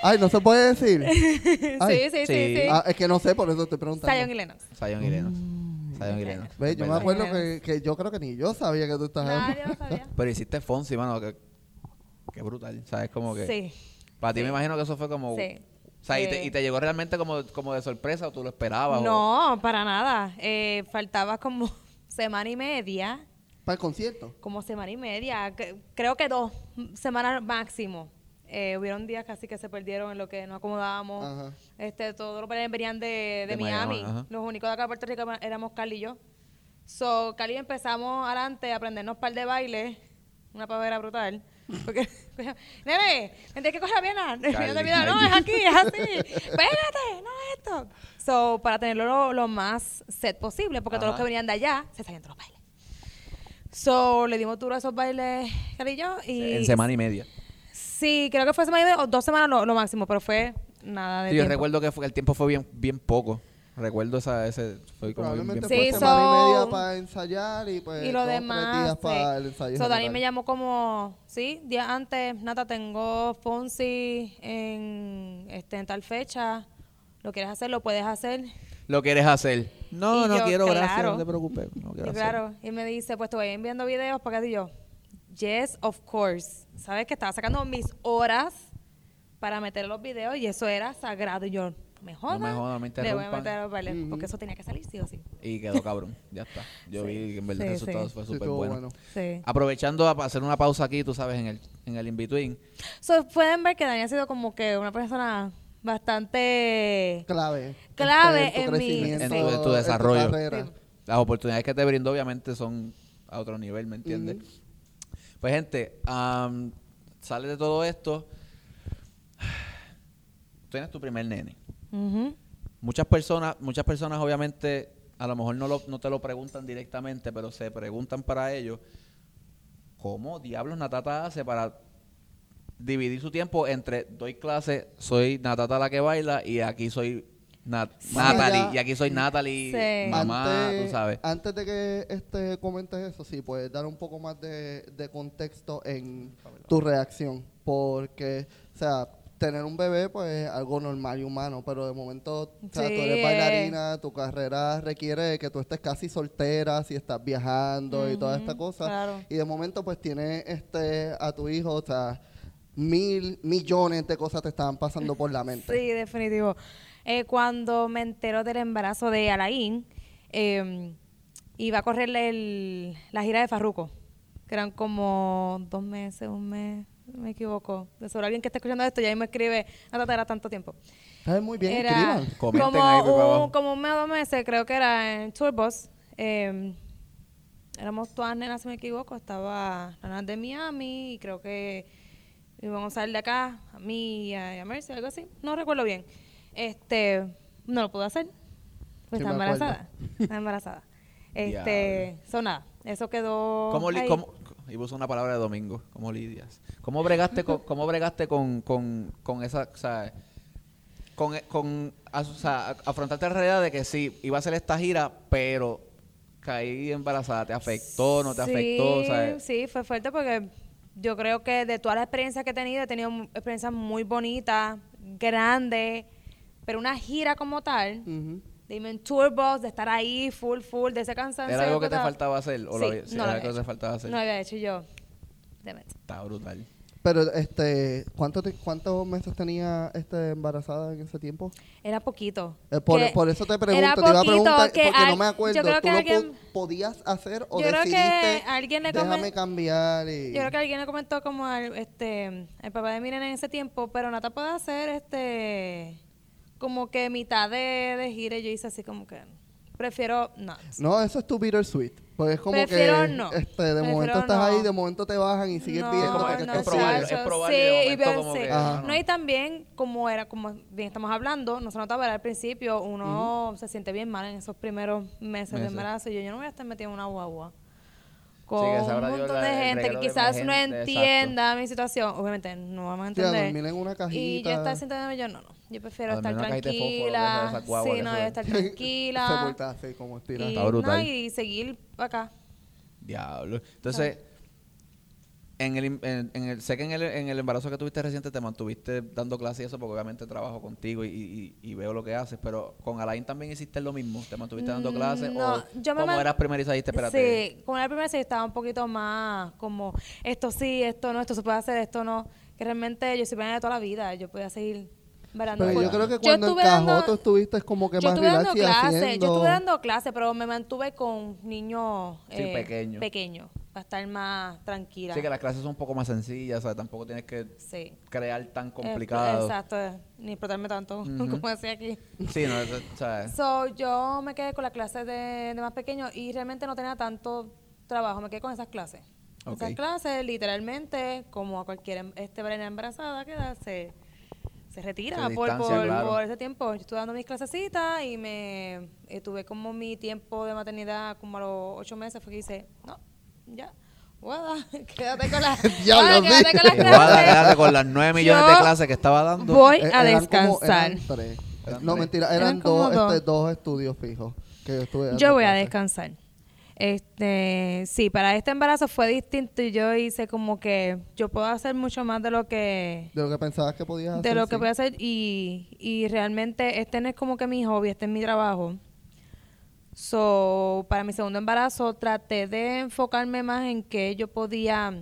S2: Ay, no se puede decir. Ay.
S3: sí, sí, sí,
S1: Sí.
S3: sí.
S2: Ah, es que no sé, por eso estoy preguntando.
S3: Zion y Lennox.
S1: Zion y Lennox.
S3: Mm.
S1: Zion y Lennox,
S2: Ve, yo me
S1: ¿verdad?
S2: acuerdo que,
S3: Lennox.
S2: que yo creo que ni yo sabía que tú estabas
S3: Nadie lo sabía.
S1: Pero hiciste Fonsi, mano, que, que brutal, ¿sabes? Como que...
S3: Sí.
S1: Para ti
S3: Sí.
S1: me imagino que eso fue como...
S3: Sí.
S1: O sea, y, te,
S3: Eh.
S1: y te llegó realmente como, como de sorpresa o tú lo esperabas. o-
S3: No, para nada. Eh, faltaba como semana y media,
S2: para el concierto.
S3: como semana y media, que- creo que dos semanas máximo. Eh, hubieron días casi que se perdieron en lo que nos acomodábamos.
S2: Ajá.
S3: Este, todos los peleas venían de, de
S1: De Miami,
S3: Miami.
S1: ajá.
S3: Los únicos de acá de Puerto Rico era- éramos Carly y yo. So, Carly y yo empezamos adelante a aprendernos par de bailes, una pavera brutal. Porque, nene, tienes que coger la pierna.
S1: Carly,
S3: Yo te pido, no,
S1: Carly.
S3: es aquí, es así. Pégate, no esto. So, para tenerlo lo, lo más set posible, porque todos
S1: Ajá.
S3: los que venían de allá se salían de los bailes. So, le dimos duro a esos bailes, Carly y yo. Y
S1: En semana y media.
S3: Sí, creo que fue semana y media, o dos semanas lo, lo máximo, pero fue nada de
S1: Sí, yo
S3: tiempo.
S1: recuerdo que fue- el tiempo fue bien, bien poco. Recuerdo esa, ese... Fue como bien, bien
S2: Probablemente
S3: Sí,
S2: fue
S1: poco.
S3: so-
S2: semana y media para ensayar y pues
S3: y lo
S2: dos, tres
S3: demás.
S2: días para
S3: sí.
S2: el ensayo
S3: So, Dani
S2: general.
S3: me llamó como, sí, días antes, Nata, tengo Fonsi en, este, en tal fecha. ¿Lo quieres hacer? ¿Lo puedes hacer?
S1: Lo quieres hacer. No,
S3: Y
S1: no
S3: yo,
S1: quiero, gracias,
S3: claro.
S1: no te preocupes. No
S3: Y
S1: quiero hacer.
S3: claro, y me dice, pues te voy enviando videos para acá. Y yo, yes, of course. Sabes que estaba sacando mis horas para meter los videos y eso era sagrado. Y yo, no me jodas,
S1: jodas, me
S3: le voy a
S1: interrumpan.
S3: meter los bailes, porque eso tenía que salir sí o sí.
S1: Y quedó cabrón, ya está. Yo vi que en verdad el
S3: sí,
S1: resultado
S3: sí.
S1: fue
S2: Sí,
S1: súper
S2: estuvo
S1: bueno.
S2: bueno.
S3: Sí.
S1: Aprovechando a pa- hacer una pausa aquí, tú sabes, en el, en el in-between.
S3: So, pueden ver que Dani ha sido como que una persona bastante...
S2: clave.
S3: Clave
S2: este,
S3: en
S2: tu
S3: mi-
S2: crecimiento,
S1: En tu- en tu desarrollo.
S2: carrera.
S3: Sí.
S1: Las oportunidades que te brindó obviamente son a otro nivel, ¿me entiendes? Pues, gente, am, sale de todo esto. Tú tienes tu primer nene.
S3: Ujú.
S1: Muchas personas, muchas personas obviamente, a lo mejor no, lo- no te lo preguntan directamente, pero se preguntan para ellos, ¿cómo diablos Natata hace para dividir su tiempo entre doy clases, soy Natata la que baila y aquí soy Nat-
S2: Sí,
S1: Natalie,
S2: ya.
S1: y aquí soy Natalie,
S3: Sí.
S1: mamá,
S2: antes,
S1: tú sabes.
S2: antes de que este, comentes eso, sí, puedes dar un poco más de, de contexto en tu reacción. Porque, o sea, tener un bebé, pues es algo normal y humano, pero de momento, o sea,
S3: Sí,
S2: tú eres
S3: eh.
S2: bailarina, tu carrera requiere de que tú estés casi soltera, si estás viajando y toda
S3: Ujú,
S2: esta cosa.
S3: claro.
S2: Y de momento, pues tienes este, a tu hijo, o sea, mil millones de cosas te estaban pasando por la mente.
S3: Sí, definitivo. Eh, cuando me entero del embarazo de Alain, eh, iba a correr el- la gira de Farruco, que eran como dos meses, un mes, me equivoco. De seguro alguien que está escuchando esto ya me escribe, Nata, era tanto tiempo.
S2: Sabes muy bien,
S3: era
S2: escriban.
S3: como
S4: Comenten ahí, por favor.
S3: un, como un mes o dos meses, creo que era en Turbos. eh, éramos todas nenas, si me equivoco. Estaba la nena de Miami y creo que íbamos a salir de acá, a mí y a, y a Mercy, algo así. No recuerdo bien. Este, no lo pude hacer. Pues
S2: Sí,
S3: está
S2: me acuerdo.
S3: embarazada. Está embarazada. Este, so nada, eso quedó.
S1: ¿Cómo li-
S3: ahí.
S1: cómo- y puso una palabra de domingo, ¿cómo lidias? ¿Cómo bregaste con, cómo bregaste con, con, con esa, o sea, con, con a- o sea, a- afrontarte la realidad de que sí, iba a hacer esta gira, pero caí embarazada, ¿te afectó, no te afectó? O sea,
S3: Sí, fue fuerte porque yo creo que de todas las experiencias que he tenido, he tenido mu- experiencias muy bonitas, grandes, pero una gira como tal,
S2: Ujú.
S3: dime en turbos, de estar ahí full, full, de ese cansancio.
S1: ¿era algo que te
S3: estaba-
S1: faltaba hacer? ¿O lo
S3: Sí,
S1: había- sí, era algo
S3: no lo había
S1: que te
S3: hecho.
S1: faltaba hacer?
S3: No lo había hecho y yo. damn it.
S1: Está brutal.
S2: Pero, este, ¿cuánto te- ¿cuántos meses tenía este embarazada en ese tiempo?
S3: Era poquito.
S2: Eh, por,
S3: Que-
S2: por eso te
S3: era
S2: pregunto, te iba a
S3: poquito,
S2: preguntar,
S3: que
S2: porque no
S3: al-
S2: me acuerdo,
S3: Yo creo
S2: ¿tú
S3: que
S2: lo po-
S3: alguien,
S2: podías hacer o
S3: yo creo que
S2: decidiste,
S3: alguien le
S2: déjame
S3: comen-
S2: cambiar y...
S3: Yo creo que alguien le comentó como al este el papá de Miren en ese tiempo, pero Nata puede hacer este como que mitad de, de gira y yo hice así como que prefiero no.
S2: No, eso es tu bittersweet, pues es como
S3: Prefiero
S2: que,
S3: no.
S2: este, de
S3: Prefiero
S2: momento estás
S3: no.
S2: ahí, de momento te bajan y sigues
S3: no,
S2: viendo
S1: como
S2: hasta
S1: que
S2: que
S1: no,
S2: te
S1: es probable,
S2: sigues.
S1: es
S3: chacho,
S1: probable,
S3: sí,
S1: de
S3: y
S1: momento
S3: ver-
S1: como
S3: sí.
S1: que,
S2: Ajá.
S3: No, y también como era, como bien estamos hablando, no se notaba ¿verdad? al principio, uno se siente bien mal en esos primeros meses de
S1: Meses.
S3: embarazo. Y yo, yo no voy a estar metida en una guagua
S1: Sí,
S3: con
S1: que
S3: un
S1: sabrá Dios
S3: montón
S1: la-
S3: de
S1: el
S3: gente que
S1: reguero de
S3: quizás no
S1: gente, exacto.
S3: entienda mi situación. Obviamente no vamos a
S2: Sí, a
S3: entender.
S2: dormir en una
S3: Y yo estar
S2: cajita.
S3: sentada yo no, no. Yo prefiero
S1: A dormir
S3: estar
S1: en una cajita de fósforo, de
S3: tranquila.
S1: esas guaguas,
S3: sí, no,
S1: eso
S3: yo
S1: es.
S3: estar
S2: Se
S3: tranquila.
S2: vuelta así como
S3: y,
S2: estirada.
S1: Está brutal.
S3: no, y seguir acá.
S1: Diablo. Entonces, en el, im- en, en el, sé que en el, en el embarazo que tuviste reciente te mantuviste dando clases y eso, porque obviamente trabajo contigo y, y- y veo lo que haces, pero con Alain también hiciste lo mismo, te mantuviste dando clases
S3: Mm, No,
S1: o
S3: yo me
S1: como
S3: man-
S1: eras primeriza dijiste, espérate.
S3: Sí, como era la primera sí estaba un poquito más como esto sí, esto no, esto se puede hacer, esto no. Que realmente yo soy plena de toda la vida. Yo podía seguir verando.
S2: Pero
S3: full.
S2: yo creo que cuando
S3: estuve
S2: encajó
S3: dando-
S2: tú estuviste como que
S3: yo
S2: más
S3: estuve dando
S2: relax y
S3: clases, yo
S2: haciendo...
S3: estuve dando clases, pero me mantuve con niños eh,
S1: Sí, pequeños.
S3: pequeños, para estar más tranquila.
S1: Sí, que las clases son un poco más sencillas, o sea, tampoco tienes que
S3: Sí.
S1: crear tan
S3: Expl-
S1: complicado.
S3: Exacto, eh, ni explotarme tanto, como decía aquí.
S1: Sí, no, eso- o sea,
S3: So, yo me quedé con las clases de, de más pequeños y realmente no tenía tanto trabajo, me quedé con esas clases.
S1: Ok.
S3: Esas clases, literalmente, como a cualquier em- este varena embarazada que da, se, se retira
S1: Se
S3: por,
S1: distancia,
S3: por-
S1: claro.
S3: por ese tiempo. Yo estuve dando mis clasecitas y me eh, tuve como mi tiempo de maternidad como a los ocho meses, fue que hice, no, ya. Guada, quédate con las
S2: Diablo,
S3: guada, quédate
S2: mira.
S3: con las
S1: que guarda,
S3: clases.
S1: quédate con las 9 millones de
S3: Yo
S1: clases que estaba dando.
S3: Voy
S2: Eh,
S3: a
S2: eran como-
S3: descansar.
S2: eran tres.
S1: Eran
S2: No,
S1: tres.
S2: mentira,
S3: Eran
S2: eran
S3: como
S2: dos,
S3: dos.
S2: este, dos estudios fijos que yo estuve dando
S3: Yo voy a
S2: clases.
S3: descansar. Este, sí, para este embarazo fue distinto y yo hice como que yo puedo hacer mucho más de lo que
S2: De lo que pensabas que podías hacer.
S3: de lo que
S2: sí.
S3: voy a hacer y, y realmente este no es como que mi hobby, este es mi trabajo. So, para mi segundo embarazo traté de enfocarme más en que yo podía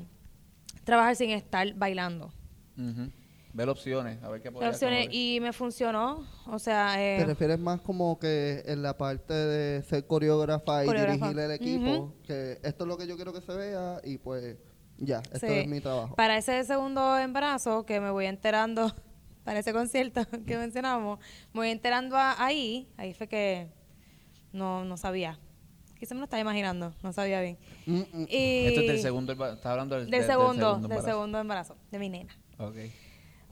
S3: trabajar sin estar bailando.
S1: Ujú. Ver opciones, a ver qué podías
S3: Opciones,
S1: acomodar.
S3: y me funcionó, o sea, eh,
S2: ¿Te refieres más como que en la parte de ser coreógrafa y
S3: Coreógrafa.
S2: dirigir el equipo?
S3: Ujú.
S2: Que esto es lo que yo quiero que se vea y pues ya, esto
S3: Sí.
S2: es mi trabajo.
S3: Para ese segundo embarazo que me voy enterando, para ese concierto que mencionamos, me voy enterando a- ahí, ahí fue que no, no sabía Quizás me lo estaba imaginando, no sabía bien.
S2: Mm, mm.
S3: Y
S1: Esto es del segundo emba- ¿Estás hablando del,
S3: Del,
S1: del- del
S3: segundo, del
S1: embarazo?
S3: segundo embarazo, de mi nena.
S1: Ok.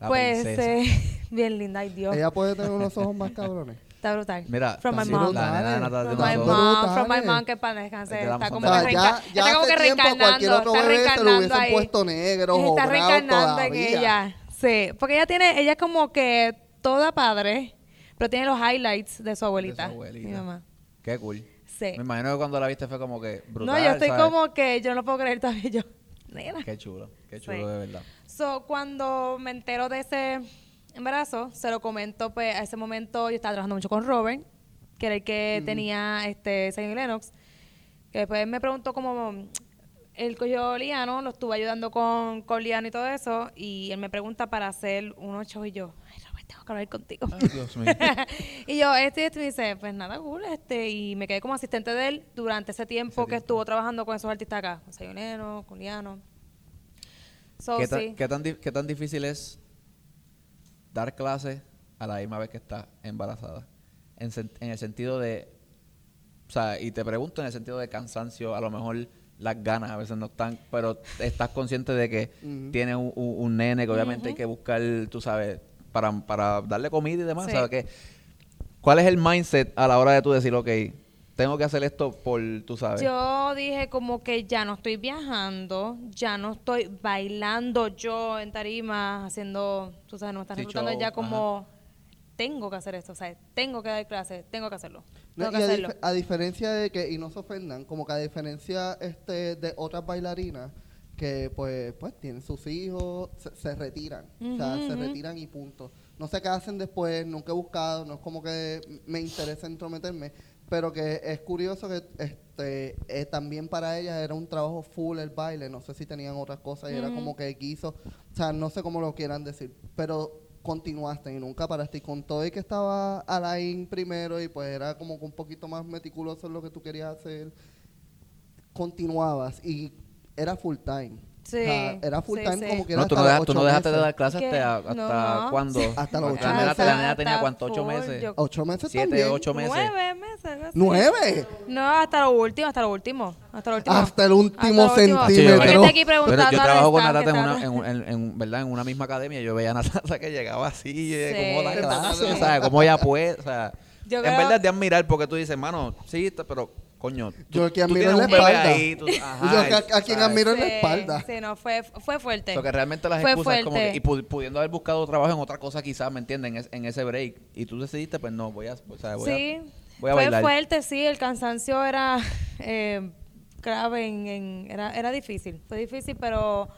S1: La
S3: pues,
S1: princesa.
S3: eh, bien linda, ay Dios.
S2: Ella puede tener unos ojos más cabrones.
S3: Está brutal.
S1: Mira,
S3: From my
S1: sí,
S3: mom.
S1: la nena de Natalia
S3: From
S1: tiene
S3: my
S1: unos
S2: nosotros.
S3: mom,
S2: Brutales.
S3: from my mom, que para descanse.
S1: Ahí te damos
S3: Está como
S1: un
S3: que,
S1: beso.
S3: reenca-
S2: ya, ya
S3: está como
S2: hace
S3: que
S2: tiempo a
S3: reencarnando.
S2: cualquier otro
S3: está
S2: bebé se lo
S3: reencarnando
S2: hubiesen
S3: ahí.
S2: puesto negro o
S3: Está
S2: bravo
S3: reencarnando en
S2: todavía.
S3: ella. Sí, porque ella tiene, ella es como que toda padre, pero tiene los highlights de su
S1: de su
S3: abuelita.
S1: abuelita.
S3: Mi mamá.
S1: Qué cool.
S3: Sí.
S1: Me imagino que cuando la viste fue como que brutal.
S3: no, yo estoy
S1: ¿sabes?
S3: como que yo no puedo creer todavía yo. Nena.
S1: Qué chulo, qué chulo
S3: Sí.
S1: de verdad.
S3: So, cuando me entero de ese embarazo, se lo comento, pues, a ese momento yo estaba trabajando mucho con Robert, que era el que tenía este Saint Lennox, que después me preguntó como él cogió Liano, lo estuve ayudando con, con Liano y todo eso, y él me pregunta para hacer unos shows y yo, ay, Robert, tengo que hablar contigo.
S1: Dios mío.
S3: y yo, este, y este, me dice, pues nada, cool, este, y me quedé como asistente de él durante ese tiempo que estuvo trabajando con esos artistas acá, con Saint Lennox, con Liano. So,
S1: ¿Qué, tan,
S3: sí.
S1: qué tan di- qué tan difícil es dar clases a la misma vez que estás embarazada? En, sen- en el sentido de, o sea, y te pregunto en el sentido de cansancio, a lo mejor las ganas a veces no están, pero estás consciente de que tienes un, un- un nene que obviamente hay que buscar, tú sabes, para, para darle comida y demás,
S3: Sí.
S1: ¿sabes? Que, ¿Cuál es el mindset a la hora de tú decir, ok, tengo que hacer esto por, tú sabes?
S3: Yo dije como que ya no estoy viajando, ya no estoy bailando yo en tarima, haciendo, tú sabes, no me estás
S1: Sí,
S3: reclutando
S1: show,
S3: ya como tengo que hacer esto, o sea, tengo que dar clases, tengo que hacerlo,
S2: No, y
S3: tengo
S2: ah,
S3: que
S2: a,
S3: hacerlo.
S2: dif- a diferencia de que, y no se ofendan, como que a diferencia este de otras bailarinas que pues pues tienen sus hijos, se, se retiran, o sea,
S3: Ujú,
S2: se
S3: ujú.
S2: retiran y punto. No sé qué hacen después, nunca he buscado, no es como que me interesa entrometerme, pero que es curioso que este eh, también para ellas era un trabajo full el baile, no sé si tenían otras cosas y era
S3: Ujú.
S2: como que quiso, o sea, no sé cómo lo quieran decir, pero continuaste y nunca paraste. Y con todo y que estaba Alain primero y pues era como que un poquito más meticuloso en lo que tú querías hacer, continuabas y era full time.
S3: Sí,
S2: era full
S3: sí,
S2: time
S3: sí.
S2: como que era
S1: No, tú no,
S2: hasta los
S1: dejaste, tú
S2: ocho
S1: no dejaste de
S2: meses.
S1: dar clases
S3: ¿Qué?
S1: hasta,
S3: No,
S1: hasta
S3: no.
S1: cuándo?
S2: Hasta los
S1: Porque
S2: ocho
S1: la nena-
S3: meses.
S1: La nena tenía cuánto, ocho
S3: Full,
S1: meses.
S3: yo-
S2: Ocho meses
S1: Siete,
S2: también.
S1: ocho meses.
S3: Nueve meses. algo así.
S2: Nueve.
S3: No, hasta lo último, hasta lo último, hasta lo último.
S2: Hasta el último
S3: Hasta lo último.
S1: Sí, yo
S2: centímetro.
S1: veía-
S3: Gente aquí
S1: pero
S3: preguntando
S1: Ah, yo
S3: al
S1: trabajo con
S3: staff
S1: Natata
S3: que
S1: en una,
S3: está-
S1: en, un- en- en- ¿verdad? en una misma academia. Yo veía a Natata que llegaba así, eh,
S3: Sí.
S1: como da clase,
S3: Sí.
S1: ¿sabes? Como ella puede, o sea,
S3: Yo
S1: en
S3: creo-
S1: verdad es de admirar porque tú dices, mano, sí, t- pero coño, tú,
S2: Yo que
S1: tú
S2: admiro
S1: tienes
S2: en la
S1: un bebé
S2: espalda.
S1: ahí, tú- ajá,
S2: Yo que a, a quien
S1: ¿sabes?
S2: admiro en la
S3: Sí,
S2: espalda.
S3: Sí, no, fue, fue fuerte.
S1: So que realmente las
S3: Fue
S1: excusas es como que,
S3: fuerte.
S1: y pu- pudiendo haber buscado trabajo en otra cosa quizás, ¿me entienden? En, es- en ese break. Y tú decidiste, pues no, voy a, o sea, voy a-
S3: sí,
S1: voy a
S3: fue
S1: bailar.
S3: fuerte, sí, el cansancio era eh, grave, en, en- era, era difícil, fue difícil, pero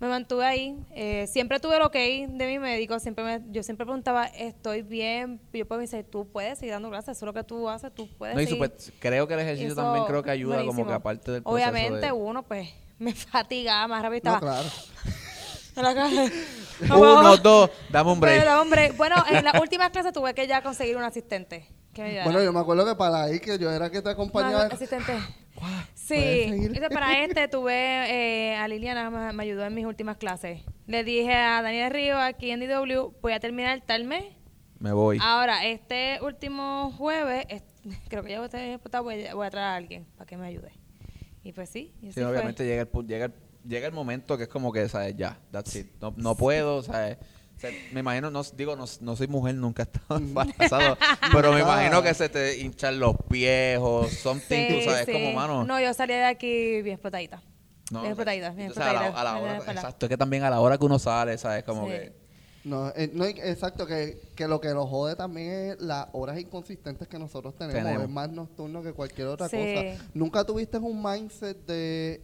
S3: me mantuve ahí. Eh, siempre tuve el ok de mi médico, siempre me- yo siempre preguntaba, estoy bien, y yo pues me dice, tú puedes seguir dando clases, eso es lo que tú haces, tú puedes
S1: No, y
S3: seguir".
S1: super- creo que el ejercicio
S3: Eso,
S1: también creo que ayuda como
S3: buenísimo.
S1: que aparte del proceso
S3: Obviamente
S1: de-
S3: uno pues me fatigaba más rápido.
S2: No,
S3: estaba-
S2: claro.
S3: en la calle.
S1: Uno, dos, dame un break.
S3: Pero, hombre, bueno, en las últimas clases tuve que ya conseguir un asistente. Que me ayudara.
S2: Bueno, yo me acuerdo que para ahí que yo era que te acompañaba.
S3: Más asistente. Sí,
S2: ¿puedes seguir?
S3: entonces para este tuve eh, a Liliana, me, me ayudó en mis últimas clases. Le dije a Daniel Río aquí en DW, voy a terminar tal mes.
S1: Me voy.
S3: Ahora, este último jueves, es- creo que ya voy a, estar explotada, voy a- voy a traer a alguien para que me ayude. Y pues sí, y así
S1: Sí,
S3: fue.
S1: obviamente llega el, pu- llega, el, llega el momento que es como que, ¿sabes? Ya, that's it. No, no puedo, ¿sabes? O sea, me imagino, no, digo, no, no soy mujer, nunca he estado embarazado, pero me imagino que se te hinchan los pies o something,
S3: Sí,
S1: tú sabes,
S3: sí.
S1: como mano.
S3: No, yo salí de aquí bien explotadita.
S1: no, o
S3: bien
S1: sea,
S3: explotadita, bien
S1: entonces, a la-
S3: explotadita,
S1: a la
S3: bien
S1: hora-
S3: explotadita.
S1: exacto, es que también a la hora que uno sale, ¿sabes? Como
S3: Sí.
S1: que...
S2: No, eh, no, exacto, que, que lo que lo jode también es las horas inconsistentes que nosotros tenemos,
S1: Tenemos.
S2: es más nocturno que cualquier otra
S3: Sí.
S2: cosa. Nunca tuviste un mindset de,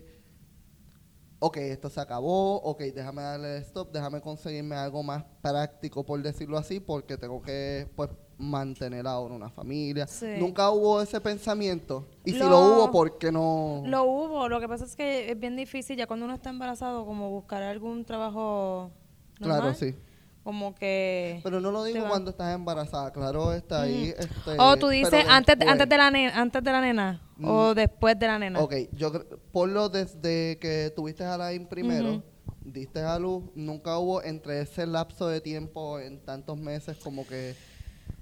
S2: ok, esto se acabó, ok, déjame darle stop, déjame conseguirme algo más práctico, por decirlo así, porque tengo que, pues, mantener ahora una familia.
S3: Sí.
S2: Nunca hubo ese pensamiento. Y si
S3: Lo-
S2: lo hubo, ¿por qué no?
S3: Lo hubo, lo que pasa es que es bien difícil ya cuando uno está embarazado como buscar algún trabajo normal.
S2: Claro, sí.
S3: Como que...
S2: Pero no lo
S3: te
S2: digo
S3: va.
S2: cuando estás embarazada, claro, está ahí. Este,
S3: o
S2: pero
S3: tú
S2: pues,
S3: dices antes,
S2: después- Mm.
S3: antes de la nena, antes de la nena o después de la nena.
S2: Ok, yo cre- ponlo desde que tuviste a Alain primero,
S3: Ujú.
S2: diste a luz, nunca hubo entre ese lapso de tiempo en tantos meses como que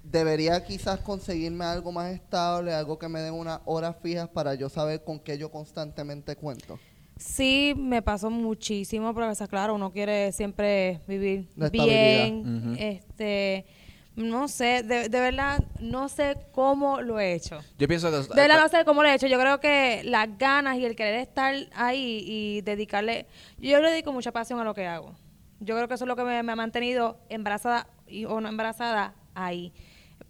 S2: Debería quizás conseguirme algo más estable, algo que me den unas horas fijas para yo saber con qué yo constantemente cuento.
S3: Sí, me pasó muchísimo, pero o sea, claro, uno quiere siempre vivir
S2: La
S3: bien. Este, no sé, de, de verdad, no sé cómo lo he hecho.
S1: Yo pienso que...
S3: De verdad,
S2: Pues,
S3: no sé cómo lo he hecho. Yo creo que las ganas y el querer estar ahí y dedicarle. Yo le dedico mucha pasión a lo que hago. Yo creo que eso es lo que me, me ha mantenido embarazada y, o no embarazada ahí.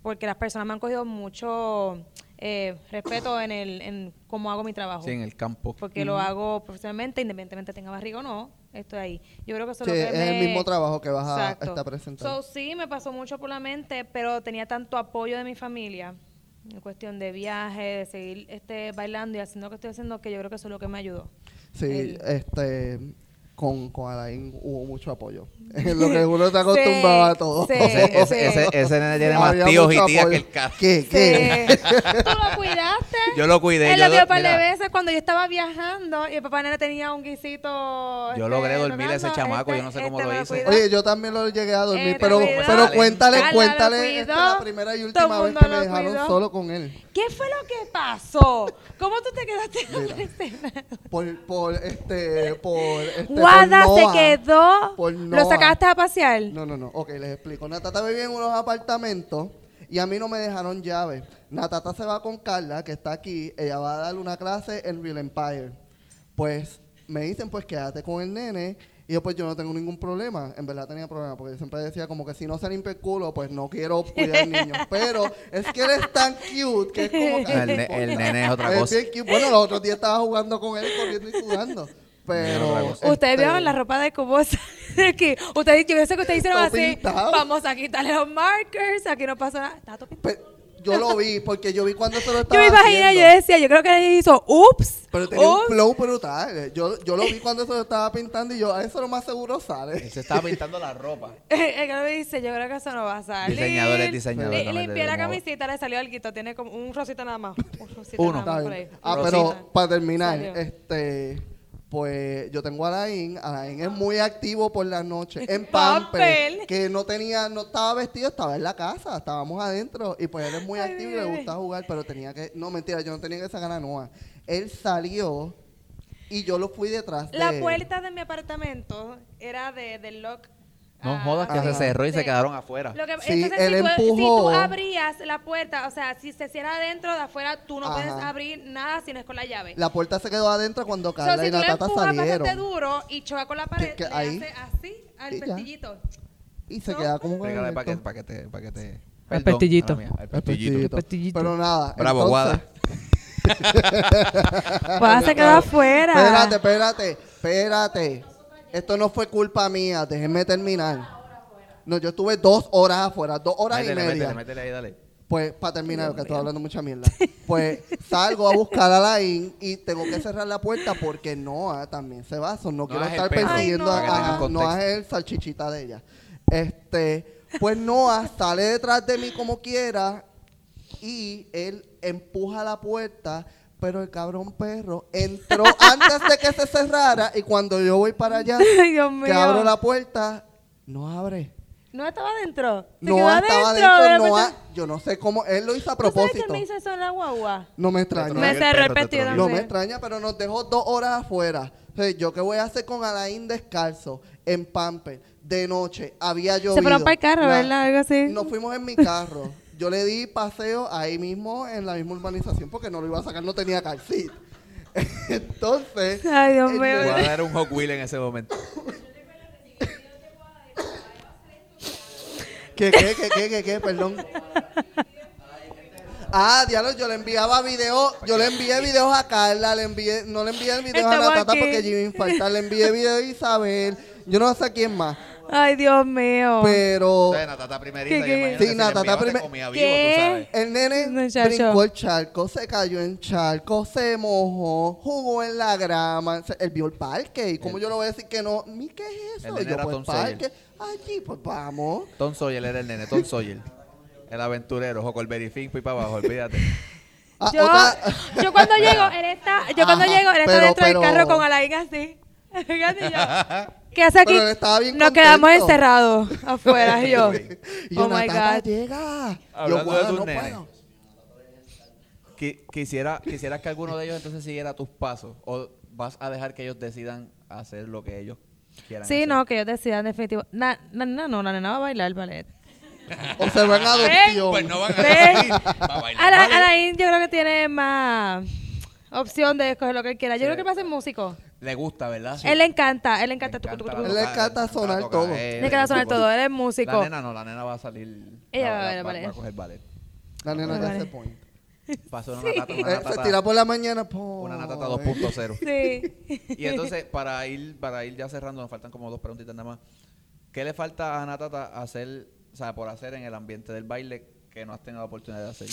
S3: Porque las personas me han cogido mucho eh, respeto en, el, en cómo hago mi trabajo
S1: Sí, en el campo.
S3: porque lo hago profesionalmente, independientemente tenga barriga o no, estoy ahí. Yo creo que eso
S2: Sí,
S3: es lo
S2: es
S3: que
S2: el
S3: me-
S2: mismo trabajo que vas a
S3: Exacto.
S2: estar presentando.
S3: So, sí, me pasó mucho por la mente, pero tenía tanto apoyo de mi familia en cuestión de viaje, de seguir este, bailando y haciendo lo que estoy haciendo, que yo creo que eso es lo que me ayudó.
S2: Sí,
S3: El-
S2: este, con, con Alain hubo mucho apoyo. Es lo que uno está acostumbrado a todo.
S3: sí.
S4: Ese, ese, ese, ese nene tiene más
S2: Había
S4: tíos
S2: mucho
S4: y tías
S2: apoyo.
S4: que el carro.
S2: ¿Qué? ¿Qué?
S3: Sí. ¿Tú lo cuidaste?
S4: Yo lo cuidé.
S3: Él
S4: yo
S3: lo vio
S4: do-
S3: un par de
S4: mira,
S3: veces cuando yo estaba viajando y el papá nena tenía un guisito. este,
S1: Yo logré dormir a ese chamaco, yo no sé cómo lo
S3: me
S1: hice.
S3: cuidó.
S2: Oye, yo también lo llegué a dormir,
S3: Eh,
S2: pero,
S3: te cuidó.
S2: pero cuéntale,
S3: Carla lo
S2: cuéntale este,
S3: cuidó.
S2: la primera y última vez
S3: Todo el mundo
S2: que me
S3: lo
S2: dejaron
S3: cuidó.
S2: solo con él.
S3: ¿Qué fue lo que pasó? ¿Cómo tú te quedaste con
S2: Mira.
S3: ese nene?
S2: Por, por, este, por, este, por
S3: Guada se
S2: Noah.
S3: quedó.
S2: Por
S3: ¿Lo
S2: Noah.
S3: sacaste a pasear?
S2: No, no, no. Ok, les explico. Natata vivía en unos apartamentos y a mí no me dejaron llave. Natata se va con Carla, que está aquí. Ella va a dar una clase en Real Empire. Pues me dicen, pues quédate con el nene. Y yo, pues yo no tengo ningún problema. En verdad tenía problema, porque yo siempre decía, como que si no se limpia el culo, pues no quiero cuidar niños. Pero es que él es tan cute que es como que.
S1: El, ne- el nene es otra
S2: Es
S1: cosa.
S2: bien cute. Bueno, los otros días estaba jugando con él, corriendo y sudando.
S1: otra
S2: Pero.
S1: cosa.
S3: Ustedes
S2: este,
S3: vieron la ropa de Cobosa de aquí. Ustedes, yo sé que ustedes hicieron
S2: Todo
S3: así.
S2: pintado.
S3: Vamos a quitarle los markers. Aquí no pasa nada. Está todo pintado.
S2: Pe- yo lo vi porque yo vi cuando se lo
S3: Yo
S2: estaba
S3: me imaginé,
S2: haciendo.
S3: yo decía, "Oh". yo creo que él hizo, ups.
S2: Pero tenía un
S3: ups".
S2: flow brutal. Yo, yo lo vi cuando se lo estaba pintando y yo, a eso lo más seguro sale.
S1: Él se estaba pintando la ropa.
S3: El que me dice, yo creo que eso no va a salir.
S1: Diseñadores, diseñadores,
S3: Le-
S1: no me
S3: Limpié la
S1: detengo.
S3: camisita, le salió algo. Tiene como un rosito nada más. Un rosito
S1: Uno.
S3: nada
S2: Está
S3: más por ahí.
S2: bien. Ah,
S1: Rosita.
S2: pero para terminar,
S3: Salió.
S2: este, pues yo tengo a Alain. Alain es muy
S3: Ah.
S2: activo por las noches en
S3: Papel.
S2: Pampel, que no tenía, no estaba vestido, estaba en la casa, estábamos adentro y pues él es muy
S3: Ay,
S2: activo
S3: mi
S2: y le
S3: bebé.
S2: gusta jugar, pero tenía que, no mentira, yo no tenía que sacar a Noah. Él salió y yo lo fui detrás. de
S3: La
S2: él.
S3: puerta de mi apartamento era de, del lock.
S1: No
S3: ah,
S1: jodas que se
S2: Ajá.
S1: cerró y se
S3: Sí.
S1: quedaron afuera.
S3: Lo que,
S2: Sí,
S3: entonces,
S2: él
S3: si tú, si tú
S2: empujó.
S3: abrías la puerta, o sea, si se cierra adentro, de afuera, tú no
S2: Ajá.
S3: puedes abrir nada si no es con la llave.
S2: La puerta se quedó adentro cuando
S3: So,
S2: Carla
S3: si
S2: y
S3: tú le
S2: Natata
S3: empujas
S2: salieron.
S3: bastante duro y choca con la pared,
S2: que
S3: le
S2: ahí-
S3: hace así al
S2: y ya.
S3: pestillito.
S2: Y se
S3: No.
S2: queda como con el
S1: Pégale para que,
S2: resto.
S1: pa' que te... pa' que te-
S5: Al
S1: Perdón,
S5: pestillito.
S1: mala mía, Al
S2: El
S1: pestillito.
S2: pestillito.
S5: pestillito.
S2: Pero nada.
S1: Bravo, Guada.
S3: Vas a quedar afuera.
S2: Espérate, espérate, espérate. Esto no fue culpa mía, déjenme terminar. No, yo estuve dos horas afuera, dos horas
S1: Métele,
S2: y media.
S1: métele, métele ahí, dale.
S2: Pues, para terminar, que estoy hablando mucha mierda. Pues, salgo a buscar a Lain y tengo que cerrar la puerta porque Noah también se va. so no quiero
S1: es el
S2: estar
S1: perro.
S2: persiguiendo
S3: Ay, no.
S1: Para
S2: a,
S1: que tengas
S2: Noah. Noah es el salchichita de ella. Este, pues Noah sale detrás de mí como quiera y él empuja la puerta, pero el cabrón perro entró antes de que se cerrara y cuando yo voy para allá,
S3: Ay, Dios mío.
S2: que abro la puerta, no abre.
S3: No estaba adentro. Se quedó
S2: Noah estaba
S3: adentro de la
S2: dentro, Noah,
S3: puerta.
S2: yo no sé cómo, él lo hizo a
S3: ¿Tú sabes que él
S2: propósito.
S3: me hizo eso en la guagua?
S2: No me
S1: Me
S2: extraña.
S1: el cerró el perro, te
S3: pestito
S1: pestillito
S2: No me extraña, pero nos dejó dos horas afuera. O sea, yo qué voy a hacer con Alain descalzo, en pamper, de noche, había llovido.
S3: fueron pa'l carro, ¿verdad? Algo así.
S2: Nos fuimos en mi carro. Yo le di paseo ahí mismo, en la misma urbanización, porque no lo iba a sacar, no tenía calcit. Entonces...
S3: Ay, Dios
S2: eh,
S3: mío.
S2: yo-
S1: Guada era un Hot Wheel en ese momento.
S2: Oh. ¿Qué, qué, qué, qué, qué, qué? Perdón. Ah, diablo, yo le enviaba videos, yo le envié videos a Carla, le envié, no le envié el video a
S3: Estamos
S2: Natata
S3: aquí.
S2: porque yo iba a infartar, le envié video a Isabel, yo no sé a quién más,
S3: Ay, Dios mío.
S2: pero
S1: Entonces, Natata primeriza,
S3: ¿Qué,
S1: yo
S3: qué?
S1: imagino
S2: Sí,
S1: que si le
S2: Natata
S1: enviaba, te
S2: primer-
S1: comía vivo,
S3: ¿Qué?
S1: tú sabes.
S2: el nene
S3: Muchacho.
S2: brincó el charco, se cayó en charco, se mojó, jugó en la grama, se- él vio el parque, y como yo le voy a decir que no, mi, ¿qué es
S1: El
S2: eso?
S1: nene
S2: Y yo,
S1: era
S2: pues,
S1: Tom Sawyer.
S2: parque, allí, pues vamos.
S1: Tom Sawyer era el nene, Tom Sawyer. El aventurero, Huckleberry Finn, fui para abajo, olvídate.
S2: Ah,
S3: yo,
S2: otra-
S3: yo cuando llego, él está, yo cuando
S2: Ajá,
S3: llego, él está
S2: pero-
S3: dentro
S2: pero-
S3: del carro con Alain así. Fíjate yo. ¿Qué hace aquí?
S2: Pero él estaba bien
S3: Nos
S2: contento.
S3: quedamos encerrados afuera. y yo,
S2: Y yo,
S3: oh my
S2: "Natata,
S3: God.
S2: llega.
S1: Hablando
S2: yo, pues,
S1: de
S2: "Guau,
S1: tus
S2: no
S1: nenes".
S2: puedo.
S1: Qui- Quisiera, quisiera que alguno de ellos entonces siguiera tus pasos o vas a dejar que ellos decidan hacer lo que ellos quieran.
S3: Sí,
S1: hacer?
S3: no, que ellos decidan definitivo. Na, na, na- no, la nena va a bailar ballet.
S2: O se van a adopción.
S5: Pues no van a
S3: Ve.
S5: salir. Va a bailar.
S3: Ala-
S5: ballet.
S3: Alain yo creo que tiene más opción de escoger lo que él quiera. Yo creo que va a ser músico.
S1: Le gusta, ¿verdad?
S3: Él le encanta, él le
S1: Le
S3: encanta. tucu, tucu,
S1: la
S3: tucu.
S2: Él le
S1: tocar,
S2: encanta sonar
S1: tocar,
S2: todo.
S1: eh,
S3: Le encanta sonar
S1: tipo,
S3: todo, él es
S1: La
S3: músico.
S1: nena no, la nena va a salir.
S3: Ella
S1: la-
S3: va a ver
S1: la-
S3: ballet.
S1: Va a coger ballet.
S2: La nena
S3: Vale.
S2: de ese point.
S1: Pasó una nata, una
S2: Eh,
S1: natata-
S2: se tira por la mañana. pues. po.
S1: una natata 2.0.
S3: Sí.
S1: Y entonces, para ir, para ir ya cerrando, nos faltan como dos preguntitas nada más. ¿Qué le falta a Natata hacer, o sea, por hacer en el ambiente del baile que no has tenido la oportunidad de hacer?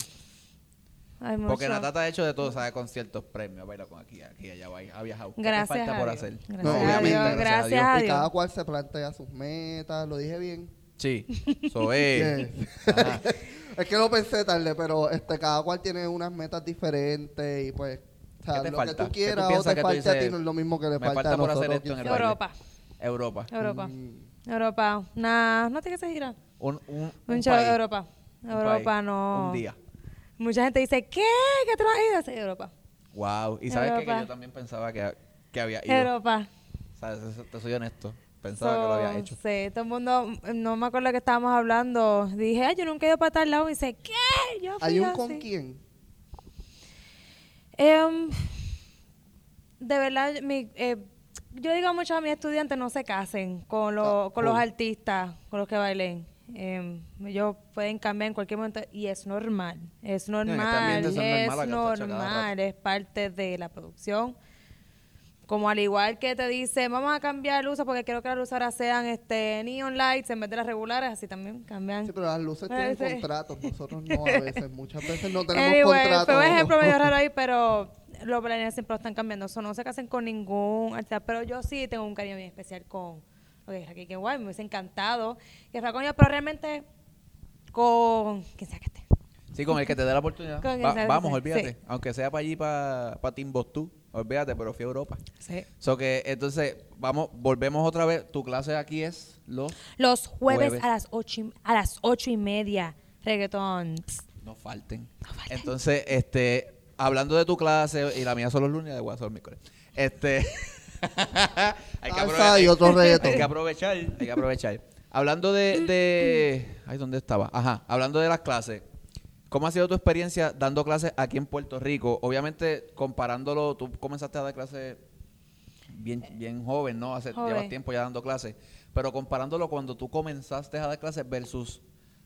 S3: Ay,
S1: Porque
S3: mucho.
S1: Natata ha hecho de todo, sabe conciertos, premios, baila con aquí, aquí, allá, va- ha viajado. ¿Qué te
S3: Gracias
S1: falta
S3: a
S1: por
S3: Dios.
S1: hacer?
S3: Gracias
S2: No, a Dios,
S1: obviamente,
S3: gracias a
S2: Y
S3: Dios.
S2: cada cual se plantea sus metas. Lo dije bien.
S1: Sí, eso es.
S2: Yes. es que lo pensé tarde, pero este, cada cual tiene unas metas diferentes y pues. o sea,
S1: ¿Qué te
S2: lo
S1: falta?
S2: que
S1: ¿Qué
S2: tú
S1: tú
S2: quieras o
S1: piensas
S2: te
S1: que tú
S2: falta a ti
S1: dices,
S2: no es lo mismo que le
S1: me falta
S2: falta a
S1: por hacer
S2: nosotros.
S1: esto en el baile.
S3: Europa,
S1: Europa.
S3: Europa,
S1: Mm.
S3: Europa. Nah, no tiene que ser gira.
S1: Un, un,
S3: Un,
S1: un
S3: show de
S1: país,
S3: Europa.
S1: un
S3: Europa
S1: país,
S3: no.
S1: Un día.
S3: Mucha gente dice, ¿qué? ¿Qué tú no has ido? Sí, Europa.
S1: Wow. Y sabes qué? que
S3: Europa.
S1: yo también pensaba que, que había ido.
S3: Europa.
S1: ¿Sabes? Eso- Te soy honesto. Pensaba que lo había hecho.
S3: Sí, todo el mundo, no me acuerdo que estábamos hablando. Dije, ay, yo nunca he ido para tal lado. Y dice, ¿qué? Yo fui
S2: ¿Hay un
S3: así".
S2: con quién?
S3: Em, de verdad, mi, eh, yo digo mucho a mis estudiantes no se casen con, lo- con los artistas, con los que bailen. Em, ellos pueden cambiar en cualquier momento y es normal, es
S1: este
S3: normal,
S1: ambiente son
S3: es
S1: normales, que hasta cada
S3: normal,
S1: rato.
S3: es parte de la producción. Como al igual que te dice, vamos a cambiar luces porque quiero que las luces ahora sean este neon lights en vez de las regulares, así también cambian.
S2: Sí, pero las luces tienen
S3: Parece-
S2: contratos, nosotros no a veces, muchas veces no tenemos
S3: Anyway,
S2: contratos.
S3: Fue un ejemplo medio raro ahí, pero los planes siempre lo están cambiando. Eso no se casen con ningún artista, pero yo sí tengo un cariño bien especial con lo que es Raquel Guay. Me hubiese encantado que fuera con ella, pero realmente con quien sea que esté.
S1: Sí, con el que te dé la oportunidad.
S3: Con el
S1: Va-
S3: que-
S1: vamos,
S3: sí.
S1: olvídate. Aunque sea para allí, para pa Timbuktu, olvídate, pero fui a Europa.
S3: Sí.
S1: So que, entonces, vamos, volvemos otra vez. Tu clase aquí es los...
S3: Los jueves,
S1: Jueves.
S3: A, las ocho y, a las ocho y media, reggaetón. Psst.
S1: No falten.
S3: falten.
S1: Entonces, este, hablando de tu clase, y la mía son los lunes, de WhatsApp miércoles. Este, hay, que
S2: Salsa y
S1: aprovechar,
S2: otro
S1: hay que
S2: reggaetón.
S1: aprovechar, hay que aprovechar. Hablando de, de, ay, ¿dónde estaba? Ajá, hablando de las clases. ¿Cómo ha sido tu experiencia dando clases aquí en Puerto Rico? Obviamente, comparándolo, tú comenzaste a dar clases bien, bien joven, ¿no? Hace,
S3: Joven.
S1: Llevas tiempo ya dando clases. Pero comparándolo cuando tú comenzaste a dar clases versus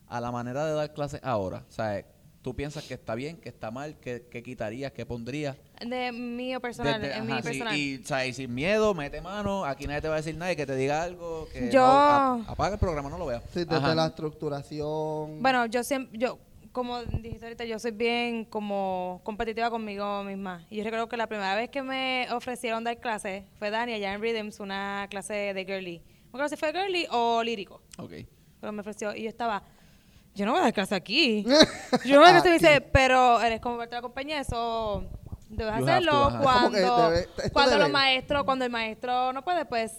S1: a la manera de dar clases ahora. O sea, ¿tú piensas que está bien, que está mal, que, que quitarías, que pondrías?
S3: De mío personal,
S1: Desde-
S3: en
S1: ajá,
S3: mi
S1: sí,
S3: personal.
S1: y, o sea, y sin miedo, mete mano, aquí nadie te va a decir nada y que te diga algo. Que
S3: Yo-
S1: no, a- apaga el programa, no lo veas.
S2: Sí, desde
S1: Ajá.
S2: la estructuración.
S3: Bueno, yo siempre, yo, como dijiste ahorita, yo soy bien como competitiva conmigo misma. Y yo recuerdo que la primera vez que me ofrecieron dar clases fue Dani allá en Rhythms, una clase de girly. No recuerdo si fue girly o lírico,
S1: Ok.
S3: pero me ofreció. Y yo estaba, yo no voy a dar clase aquí. yo no voy a dar clase, me
S2: Ah,
S3: dice, pero eres como parte de la compañía, eso debes
S1: You have
S3: hacerlo
S1: to, ajá.
S2: como que
S3: cuando,
S2: debe- esto
S3: cuando los
S2: debe.
S3: maestros, cuando el maestro no puede, pues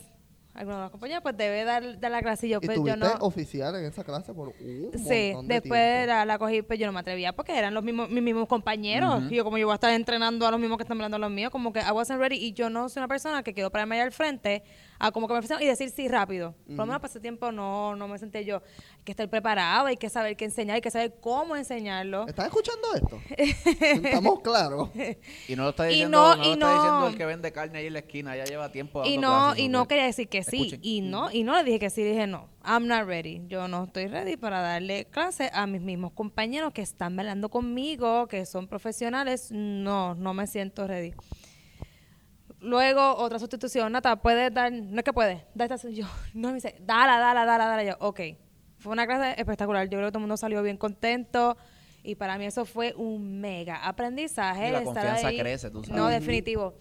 S3: alguno de los compañeros pues debe dar, dar la clase y yo,
S2: y
S3: pues,
S2: tuviste
S3: yo no.
S2: oficial en esa clase por un
S3: Sí,
S2: montón de
S3: después
S2: tiempo.
S3: la, la cogí, pero yo no me atrevía porque eran los mismos, mis mismos compañeros. Y yo, como yo voy a estar entrenando a los mismos que están hablando a los míos, como que I wasn't ready. Y yo no soy una persona que quiero pararme allá al frente a como que me ofrecen y decir sí rápido. Por lo menos para ese tiempo no, no me senté yo. Hay que estar preparado, hay que saber qué enseñar, hay que saber cómo enseñarlo.
S2: ¿Estás escuchando esto? Estamos claros.
S1: Y no lo está
S3: Y
S1: diciendo,
S3: no-
S1: no, lo
S3: y
S1: está
S3: no-
S1: diciendo el que vende carne ahí en la esquina, ya lleva tiempo dando
S3: Y no,
S1: clases,
S3: y
S1: ok.
S3: no quería decir que sí.
S1: Escuchen.
S3: Y no, y no le dije que sí, le dije no. I'm not ready. Yo no estoy ready para darle clase a mis mismos compañeros que están velando conmigo, que son profesionales. No, no me siento ready. Luego, otra sustitución, Nata, puedes dar, no es que puedes, da esta su- yo, no me dice, dala, dala, dala, dala, yo, ok. Fue una clase espectacular, yo creo que todo el mundo salió bien contento y para mí eso fue un mega aprendizaje.
S1: Y la
S3: el estar
S1: confianza
S3: ahí.
S1: crece, tú sabes.
S3: No, definitivo.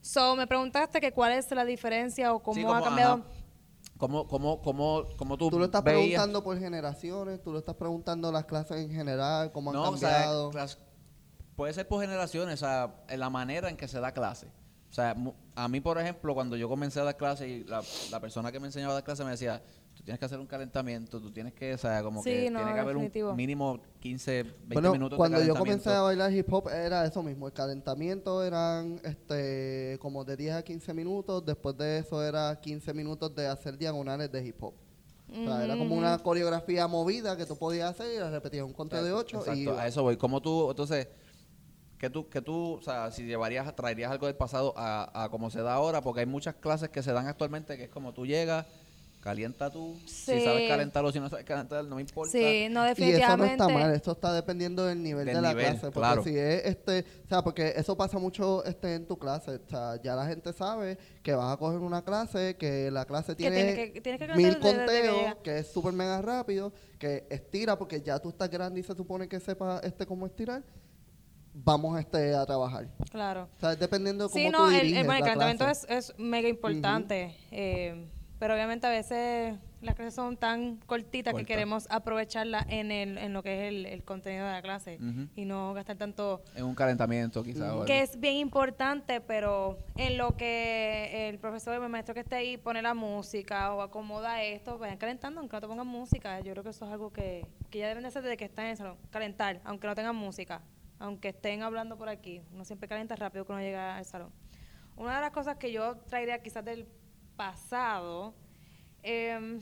S3: So, me preguntaste que cuál es la diferencia o cómo
S1: Sí,
S3: ha
S1: como,
S3: cambiado.
S1: ajá. ¿Cómo, cómo, cómo, cómo tú,
S2: Tú lo estás
S1: veías-
S2: preguntando por generaciones, tú lo estás preguntando las clases en general, cómo han
S1: No, o sea,
S2: cambiado.
S1: clas- puede ser por generaciones, o sea, en la manera en que se da clase. O sea, mu- a mí, por ejemplo, cuando yo comencé a dar clases y la, la persona que me enseñaba a dar clases me decía, tú tienes que hacer un calentamiento, tú tienes que, o sea, como
S3: Sí,
S1: que
S3: no,
S1: tiene que haber
S3: definitivo.
S1: un mínimo 15, 20
S2: Bueno,
S1: minutos
S2: cuando
S1: de
S2: yo
S1: calentamiento.
S2: comencé a bailar hip hop era eso mismo, el calentamiento eran este como de 10 a 15 minutos, después de eso era 15 minutos de hacer diagonales de hip hop. O sea, era como
S3: Mm.
S2: una coreografía movida que tú podías hacer y la repetías un conteo de 8
S1: Exacto,
S2: y
S1: a eso voy. ¿Cómo tú, entonces, que tú, que tú, o sea, si llevarías, traerías algo del pasado a, a como se da ahora? Porque hay muchas clases que se dan actualmente que es como tú llegas, calienta tú, si
S3: Sí.
S1: sabes calentar o si no sabes calentar, no me importa.
S3: Sí, no,
S2: Y eso no
S3: definitivamente.
S2: está mal, esto está dependiendo del nivel
S1: Del
S2: de la
S1: nivel,
S2: clase. Porque
S1: claro.
S2: si es este, o sea, porque eso pasa mucho este en tu clase. O sea, ya la gente sabe que vas a coger una clase, que la clase
S3: Que
S2: tiene,
S3: tiene que- tienes que
S2: mil
S3: contar desde- desde que
S2: conteos,
S3: llega.
S2: que, es súper mega rápido, que estira porque ya tú estás grande y se supone que sepas este cómo estirar. Vamos este a trabajar.
S3: Claro.
S2: O sea, es dependiendo de cómo
S3: Sí,
S2: tú
S3: no, el- el,
S2: diriges
S3: bueno, el
S2: la
S3: calentamiento
S2: clase.
S3: es, es mega importante, eh, pero obviamente a veces las clases son tan cortitas que
S1: Corta.
S3: queremos aprovecharla en, el, en lo que es el, el contenido de la clase
S1: Ujú.
S3: y no gastar tanto,
S1: En un calentamiento, quizás. o
S3: Mm, que
S1: algo.
S3: es bien importante, pero en lo que el profesor o el maestro que esté ahí pone la música o acomoda esto, vayan calentando, aunque no te pongan música, yo creo que eso es algo que, que ya deben de hacer desde que están en el salón, calentar, aunque no tengan música, aunque estén hablando por aquí, uno siempre calienta rápido que uno llega al salón. Una de las cosas que yo traería quizás del pasado, em,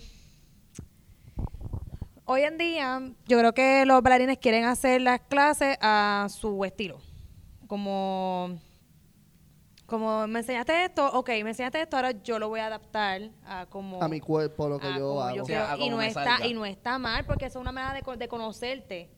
S3: hoy en día yo creo que los bailarines quieren hacer las clases a su estilo. Como, como me enseñaste esto, ok, me enseñaste esto, ahora yo lo voy a adaptar a como...
S2: a mi cuerpo lo que
S3: a
S2: yo
S3: como
S2: hago.
S1: O sea,
S3: quiero.
S1: a
S3: y,
S1: como
S3: no
S1: me
S3: está,
S1: salga.
S3: y no está mal porque eso es una manera de, co- de conocerte,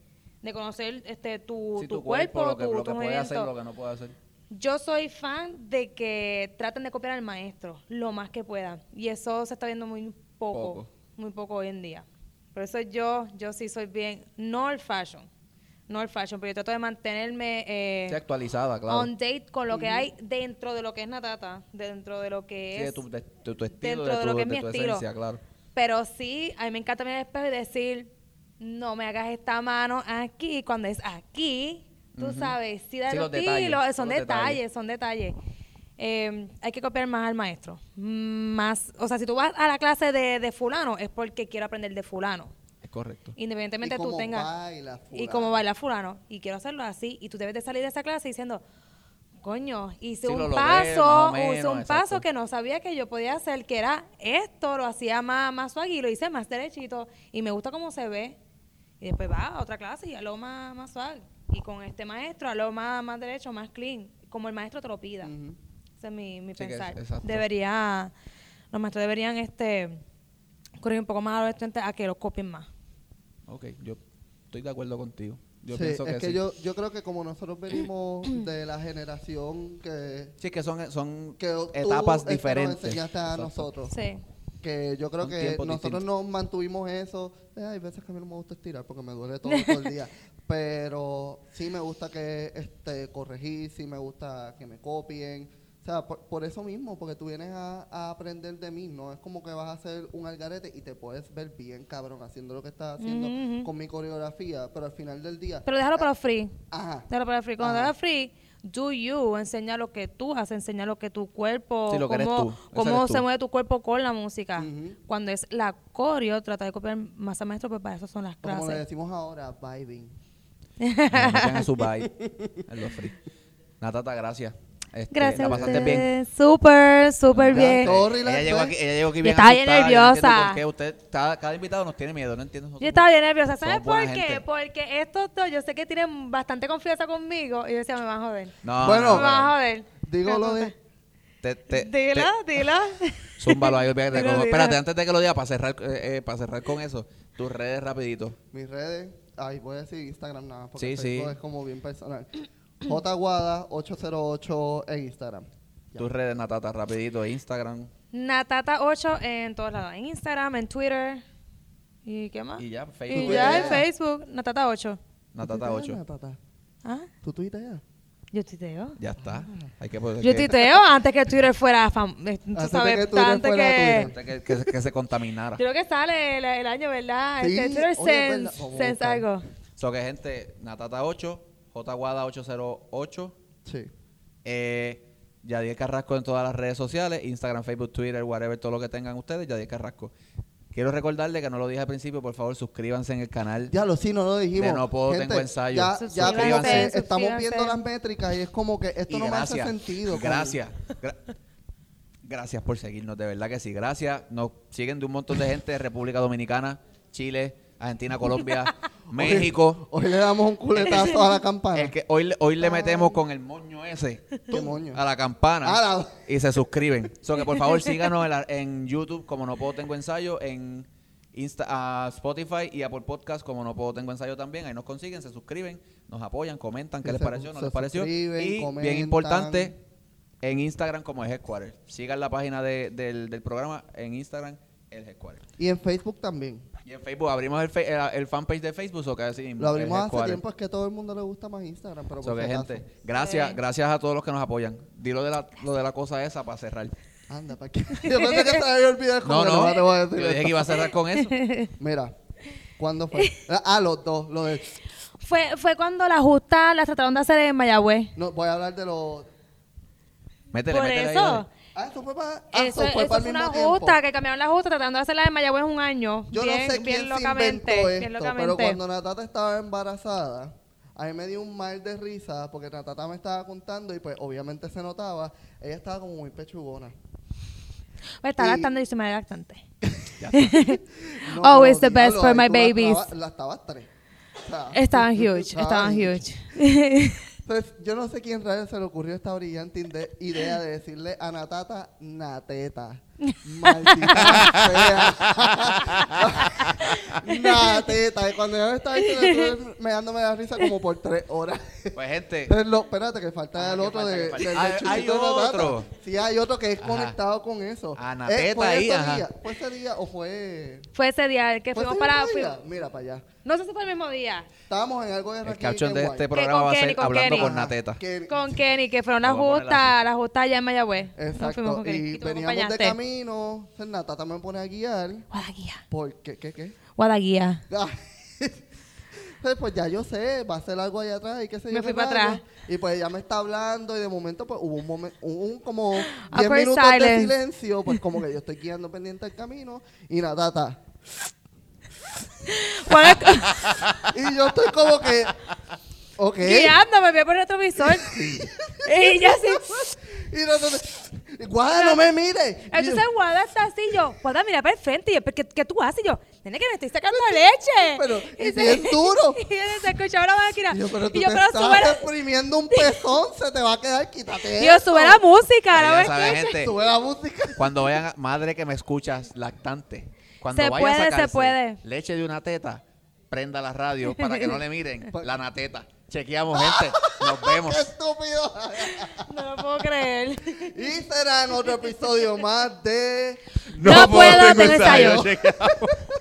S3: de conocer este tu,
S1: Sí,
S3: tu cuerpo,
S1: lo que,
S3: tu,
S1: lo que
S3: tu
S1: puede hacer,
S3: movimiento.
S1: lo que no puede hacer.
S3: Yo soy fan de que traten de copiar al maestro lo más que puedan. Y eso se está viendo muy poco,
S1: Poco.
S3: muy poco hoy en día. Por eso yo, yo sí soy bien, no old fashion, no old fashion, pero yo trato de mantenerme eh,
S1: Sí, actualizada, claro.
S3: on date con lo que hay dentro de lo que es Natata, dentro de lo que
S1: Sí, de
S3: es
S1: tu, de- de tu estilo,
S3: dentro
S1: de
S3: de
S1: tu,
S3: lo que es
S1: de
S3: mi
S1: tu
S3: estilo.
S1: esencia, claro.
S3: Pero sí, a mí me encanta mirar al espejo y decir, no me hagas esta mano aquí, cuando es aquí, tú sabes, sí, da
S1: Sí,
S3: los
S1: los detalles,
S3: tiros, son
S1: son los
S3: detalles,
S1: detalles.
S3: son detalles. Eh, hay que copiar más al maestro. Más, o sea, si tú vas a la clase de, de fulano, es porque quiero aprender de fulano.
S1: Es correcto.
S3: Independientemente
S2: Y
S3: tú
S2: cómo
S3: tengas.
S2: baila
S3: Y
S2: fulano.
S3: cómo baila fulano. Y quiero hacerlo así. Y tú debes de salir de esa clase diciendo, coño, hice
S1: Sí,
S3: un
S1: lo logré,
S3: paso,
S1: más o menos,
S3: hice un
S1: exacto.
S3: paso que no sabía que yo podía hacer, que era esto, lo hacía más, más suave y lo hice más derechito. Y me gusta cómo se ve. Y después va a otra clase y a lo más, más suave. Y con este maestro, a lo más, más derecho, más clean, como el maestro te lo pida.
S2: Ujú.
S3: Ese es mi, mi
S1: Sí, que es-
S3: pensar.
S1: exacto.
S3: Debería, los maestros deberían este correr un poco más a los estudiantes a que lo copien más.
S1: Ok, yo estoy de acuerdo contigo. Yo
S2: Sí,
S1: pienso
S2: es
S1: que,
S2: que
S1: sí.
S2: yo, yo creo que como nosotros venimos de la generación que
S1: Sí, que son, son
S2: que tú,
S1: etapas
S2: este, nos
S1: diferentes.
S2: enseñaste a
S1: Exacto.
S2: nosotros.
S3: Sí.
S2: Que yo creo
S1: Son
S2: que
S1: tiempos
S2: nosotros
S1: distintos.
S2: nos mantuvimos eso. Eh, hay veces que a mí no me gusta estirar porque me duele todo, todo el día. Pero sí me gusta que este, corregir, sí me gusta que me copien. O sea, por, por eso mismo, porque tú vienes a, a aprender de mí, no es como que vas a hacer un algarete y te puedes ver bien, cabrón, haciendo lo que estás haciendo
S3: Ujú, ujú.
S2: con mi coreografía, pero al final del día...
S3: Pero déjalo para free.
S2: Ajá.
S3: Déjalo para free. Cuando
S1: Ah.
S2: Ajá.
S3: déjalo free, do you. Enseña lo que tú haces, enseña lo que tu cuerpo,
S1: Sí, lo que eres tú.
S3: cómo,
S1: Ese
S3: cómo
S1: eres tú.
S3: se mueve tu cuerpo con la música.
S2: Ujú.
S3: Cuando es la coreo, trata de copiar más al maestro, pues para eso son las
S2: Como le
S3: clases.
S2: decimos ahora, vibing.
S1: Me meten a su baile en los free. Natata, gracias. Este,
S3: Gracias.
S1: La
S3: a
S1: pasaste
S3: ustedes.
S1: bien.
S3: Súper, súper
S2: Ya,
S3: bien.
S2: todo
S1: Ella
S2: relax,
S1: llegó
S2: ¿eh?
S1: aquí, ella llegó aquí
S3: Yo
S1: bien
S3: estaba bien
S1: asustada, yo no entiendo
S3: nerviosa.
S1: por qué usted, está- cada invitado nos tiene miedo, no entiendo.
S3: Yo estaba bien nerviosa.
S1: Somos
S3: ¿Sabes por
S1: buena
S3: qué?
S1: gente.
S3: Porque estos dos, yo sé que tienen bastante confianza conmigo. Y yo decía, me van a joder.
S1: No,
S2: Bueno.
S1: no,
S3: me
S1: no,
S3: van a
S1: no.
S3: joder.
S2: Digo lo de...
S1: Te- te-
S3: Dilo, dilo.
S1: te- zúmbalo ahí, olvídate.
S3: Dilo,
S1: como-
S3: dilo.
S1: espérate, antes de que lo diga, para cerrar, eh, eh, para cerrar con eso, tus redes rapidito.
S2: Mis redes, ahí voy a decir Instagram nada, más, porque
S1: Sí,
S2: Facebook
S1: sí.
S2: es como bien personal. JGuada808 en Instagram. Ya.
S1: Tus redes, Natata, rapidito, Instagram
S3: Natata8 en todos lados. En Instagram, en Twitter. ¿Y qué más?
S1: y ya,
S3: Ah. Y ya,
S1: Facebook.
S2: ya.
S3: en Facebook, Natata8.
S1: Natata
S2: ¿Tú
S1: 8.
S2: tuiteas, Natata?
S3: ¿Ah?
S2: ¿Tú tuiteas?
S3: Yo tuiteo.
S1: Ya está. Hay que
S3: Yo tuiteo antes que Twitter fuera fam... eh, Tú
S2: Antes
S3: sabes,
S2: que
S3: antes que...
S2: Twitter fuera Twitter.
S1: que, que, se- que se contaminara.
S3: Creo que sale el, el año, ¿verdad?
S2: Sí,
S3: Este,
S1: pues,
S3: Twitter
S2: oye, es verdad.
S3: Sense,
S2: Vamos a
S3: sense
S2: buscar.
S3: algo.
S1: So que gente, Natata 8, J Guada 808,
S2: Sí.
S1: eh, Yadier Carrasco en todas las redes sociales, Instagram, Facebook, Twitter, whatever, todo lo que tengan ustedes, Yadier Carrasco. Quiero recordarle que no lo dije al principio, por favor, suscríbanse en el canal.
S2: Ya lo sí, no lo dijimos.
S1: De no puedo, tengo ensayo.
S2: Ya, ya
S1: Suscríbanse,
S2: como que
S3: suscríbanse.
S2: estamos viendo las métricas y es como que esto
S1: Y
S2: no me
S1: gracias,
S2: hace sentido. como-
S1: Gracias. Gra- gracias por seguirnos, de verdad que sí. Gracias. Nos siguen de un montón de gente de República Dominicana, Chile, Argentina, Colombia, México.
S2: Hoy, hoy le damos un culetazo a la campana.
S1: El que hoy, le- hoy le metemos con el moño ese
S2: ¿Qué moño?
S1: a la campana
S2: A la-
S1: y se suscriben. So que por favor síganos en, la- en YouTube como No Puedo Tengo Ensayo, en Insta, a Spotify y Apple Podcast como No Puedo Tengo Ensayo también. Ahí nos consiguen, se suscriben, nos apoyan, comentan qué
S2: Sí,
S1: les
S2: se-
S1: pareció, no
S2: se
S1: les pareció. Y
S2: suscriben,
S1: bien
S2: comentan.
S1: importante, en Instagram como el Headquarter. Sigan la página de- del, del programa en Instagram, el Headquarter.
S2: Y en Facebook también.
S1: Y en Facebook abrimos el, fe- eh, el- el fanpage de Facebook, o que así mismo,
S2: Lo
S1: el
S2: abrimos hace
S1: Headquarter.
S2: tiempo, es que a todo el mundo le gusta más Instagram. Pero
S1: So
S2: por
S1: que,
S2: si acaso.
S1: gente, gracias,
S3: Sí.
S1: gracias a todos los que nos apoyan. Dilo de la, lo de la cosa esa para cerrar.
S2: Anda, ¿para qué? Yo pensé que te había olvidado
S1: No,
S2: como que
S1: no,
S2: te voy a
S1: yo
S2: decir
S1: dije que
S2: esto.
S1: iba a cerrar con eso.
S2: Mira, ¿cuándo fue? Ah, los dos. Lo de,
S3: Fue, fue cuando la justa la trataron de hacer en Mayagüez.
S2: no, voy a hablar de los...
S1: Métele,
S3: Por
S1: métele ahí,
S3: eso.
S1: dale.
S2: Ah, eso fue para, ah,
S3: Eso,
S2: fue
S3: eso
S2: para
S3: es
S2: el
S3: una
S2: mismo
S3: justa,
S2: tiempo.
S3: que cambiaron la justa tratando de hacerla en Mayagüez un año.
S2: Yo
S3: bien,
S2: no sé
S3: bien
S2: quién
S3: locamente,
S2: se inventó
S3: bien
S2: esto,
S3: locamente.
S2: pero cuando Natata estaba embarazada, a mí me dio un mal de risa porque Natata me estaba contando y pues obviamente se notaba, ella estaba como muy pechugona.
S3: Pues está
S2: y-
S3: lactando y se me da lactante.
S2: No,
S3: Oh,
S2: pero
S3: it's the best
S2: diablo,
S3: for
S2: ahí
S3: my
S2: tú la
S3: babies.
S2: clava- La estabas tres. O sea,
S3: Estaban
S2: tú- tú-
S3: huge,
S2: estaba
S3: estaban
S2: huge.
S3: huge.
S2: Entonces, Pues, yo no sé quién rayos se le ocurrió esta brillante inde- idea de decirle a Natata, Nateta. Maldita sea. Nateta. Y cuando yo estaba diciendo, me dándome la risa como por tres horas.
S1: Pues gente,
S2: Entonces, lo- espérate, que
S1: Ah,
S2: falta el
S1: que
S2: otro
S1: falta, que
S2: de,
S1: falta.
S2: del
S1: Hay-
S2: del chiquito
S1: hay
S2: de Natata.
S1: otro.
S2: Sí, hay otro que es
S1: Ajá.
S2: conectado con eso.
S1: Ah,
S2: Eh,
S1: Nateta
S2: fue
S1: ahí,
S2: ese
S1: ajá.
S2: día- ¿Fue ese día o fue...?
S3: Fue ese día el que
S2: fue
S3: fuimos
S2: ese
S3: para...
S2: mismo día?
S3: fui-
S2: Mira para allá.
S3: no sé si fue el mismo día.
S2: Estábamos en algo de
S1: el
S2: Raquel
S1: caption de
S2: Kenway.
S1: este
S3: con
S1: programa va a
S3: Kenny,
S1: ser
S3: con
S1: hablando
S3: Kenny.
S1: con
S2: Ajá,
S1: Nateta.
S2: que-
S3: Con Kenny, que fueron las
S1: Lo voy a poner
S3: justas, las justas allá en Mayagüez. Nos fuimos
S2: Exacto.
S3: con Kenny.
S2: Y,
S3: tú me
S2: veníamos de
S3: acompañaste.
S2: camino. entonces Natata me pone a guiar.
S3: Guadaguía.
S2: Porque, ¿qué, qué?
S3: Guadaguía.
S2: Ah, Entonces, pues ya yo sé, va a ser algo allá atrás y qué sé yo.
S3: Me fui
S2: qué
S3: para
S2: rayos.
S3: atrás.
S2: Y pues ella me está hablando y de momento pues hubo un momento, un, un como 10
S3: Awkward
S2: minutos de
S3: silence.
S2: silencio, pues como que yo estoy guiando pendiente del camino y Natata.
S3: Por el-
S2: Y yo estoy como que, ok.
S3: Guiando, me vi por el retrovisor. y yo así...
S2: Y Natata, guau, no me mires. Y yo,
S3: Entonces Guada está así, yo, Guada mira para el frente, y yo, "¿Pero ¿qué, qué tú haces? Y yo, tiene que me estoy sacando la leche.
S2: Pero, y
S3: se-
S2: bien duro.
S3: y yo se escuchaba la máquina.
S2: Y yo, pero tú
S3: y yo,
S2: te
S3: pero
S2: estás
S3: sube la,
S2: exprimiendo un pezón, se te va a quedar, quítate
S3: y yo,
S2: eso.
S3: sube la música,
S1: Ya
S3: la
S1: saben,
S3: vez que-
S1: gente,
S2: Sube la música.
S1: cuando vayan, a- madre que me escuchas, lactante, cuando
S3: Se
S1: vaya
S3: puede,
S1: a
S3: se
S1: sacarse
S3: puede.
S1: leche de una teta, prenda la radio para que no le miren
S2: Pues
S1: la nateta. Chequeamos, gente. Nos
S2: ¡Qué
S1: vemos.
S2: estúpido!
S3: No lo puedo creer.
S2: Y será en otro episodio más de...
S3: No puedo tener ensayo.
S1: Chequeamos.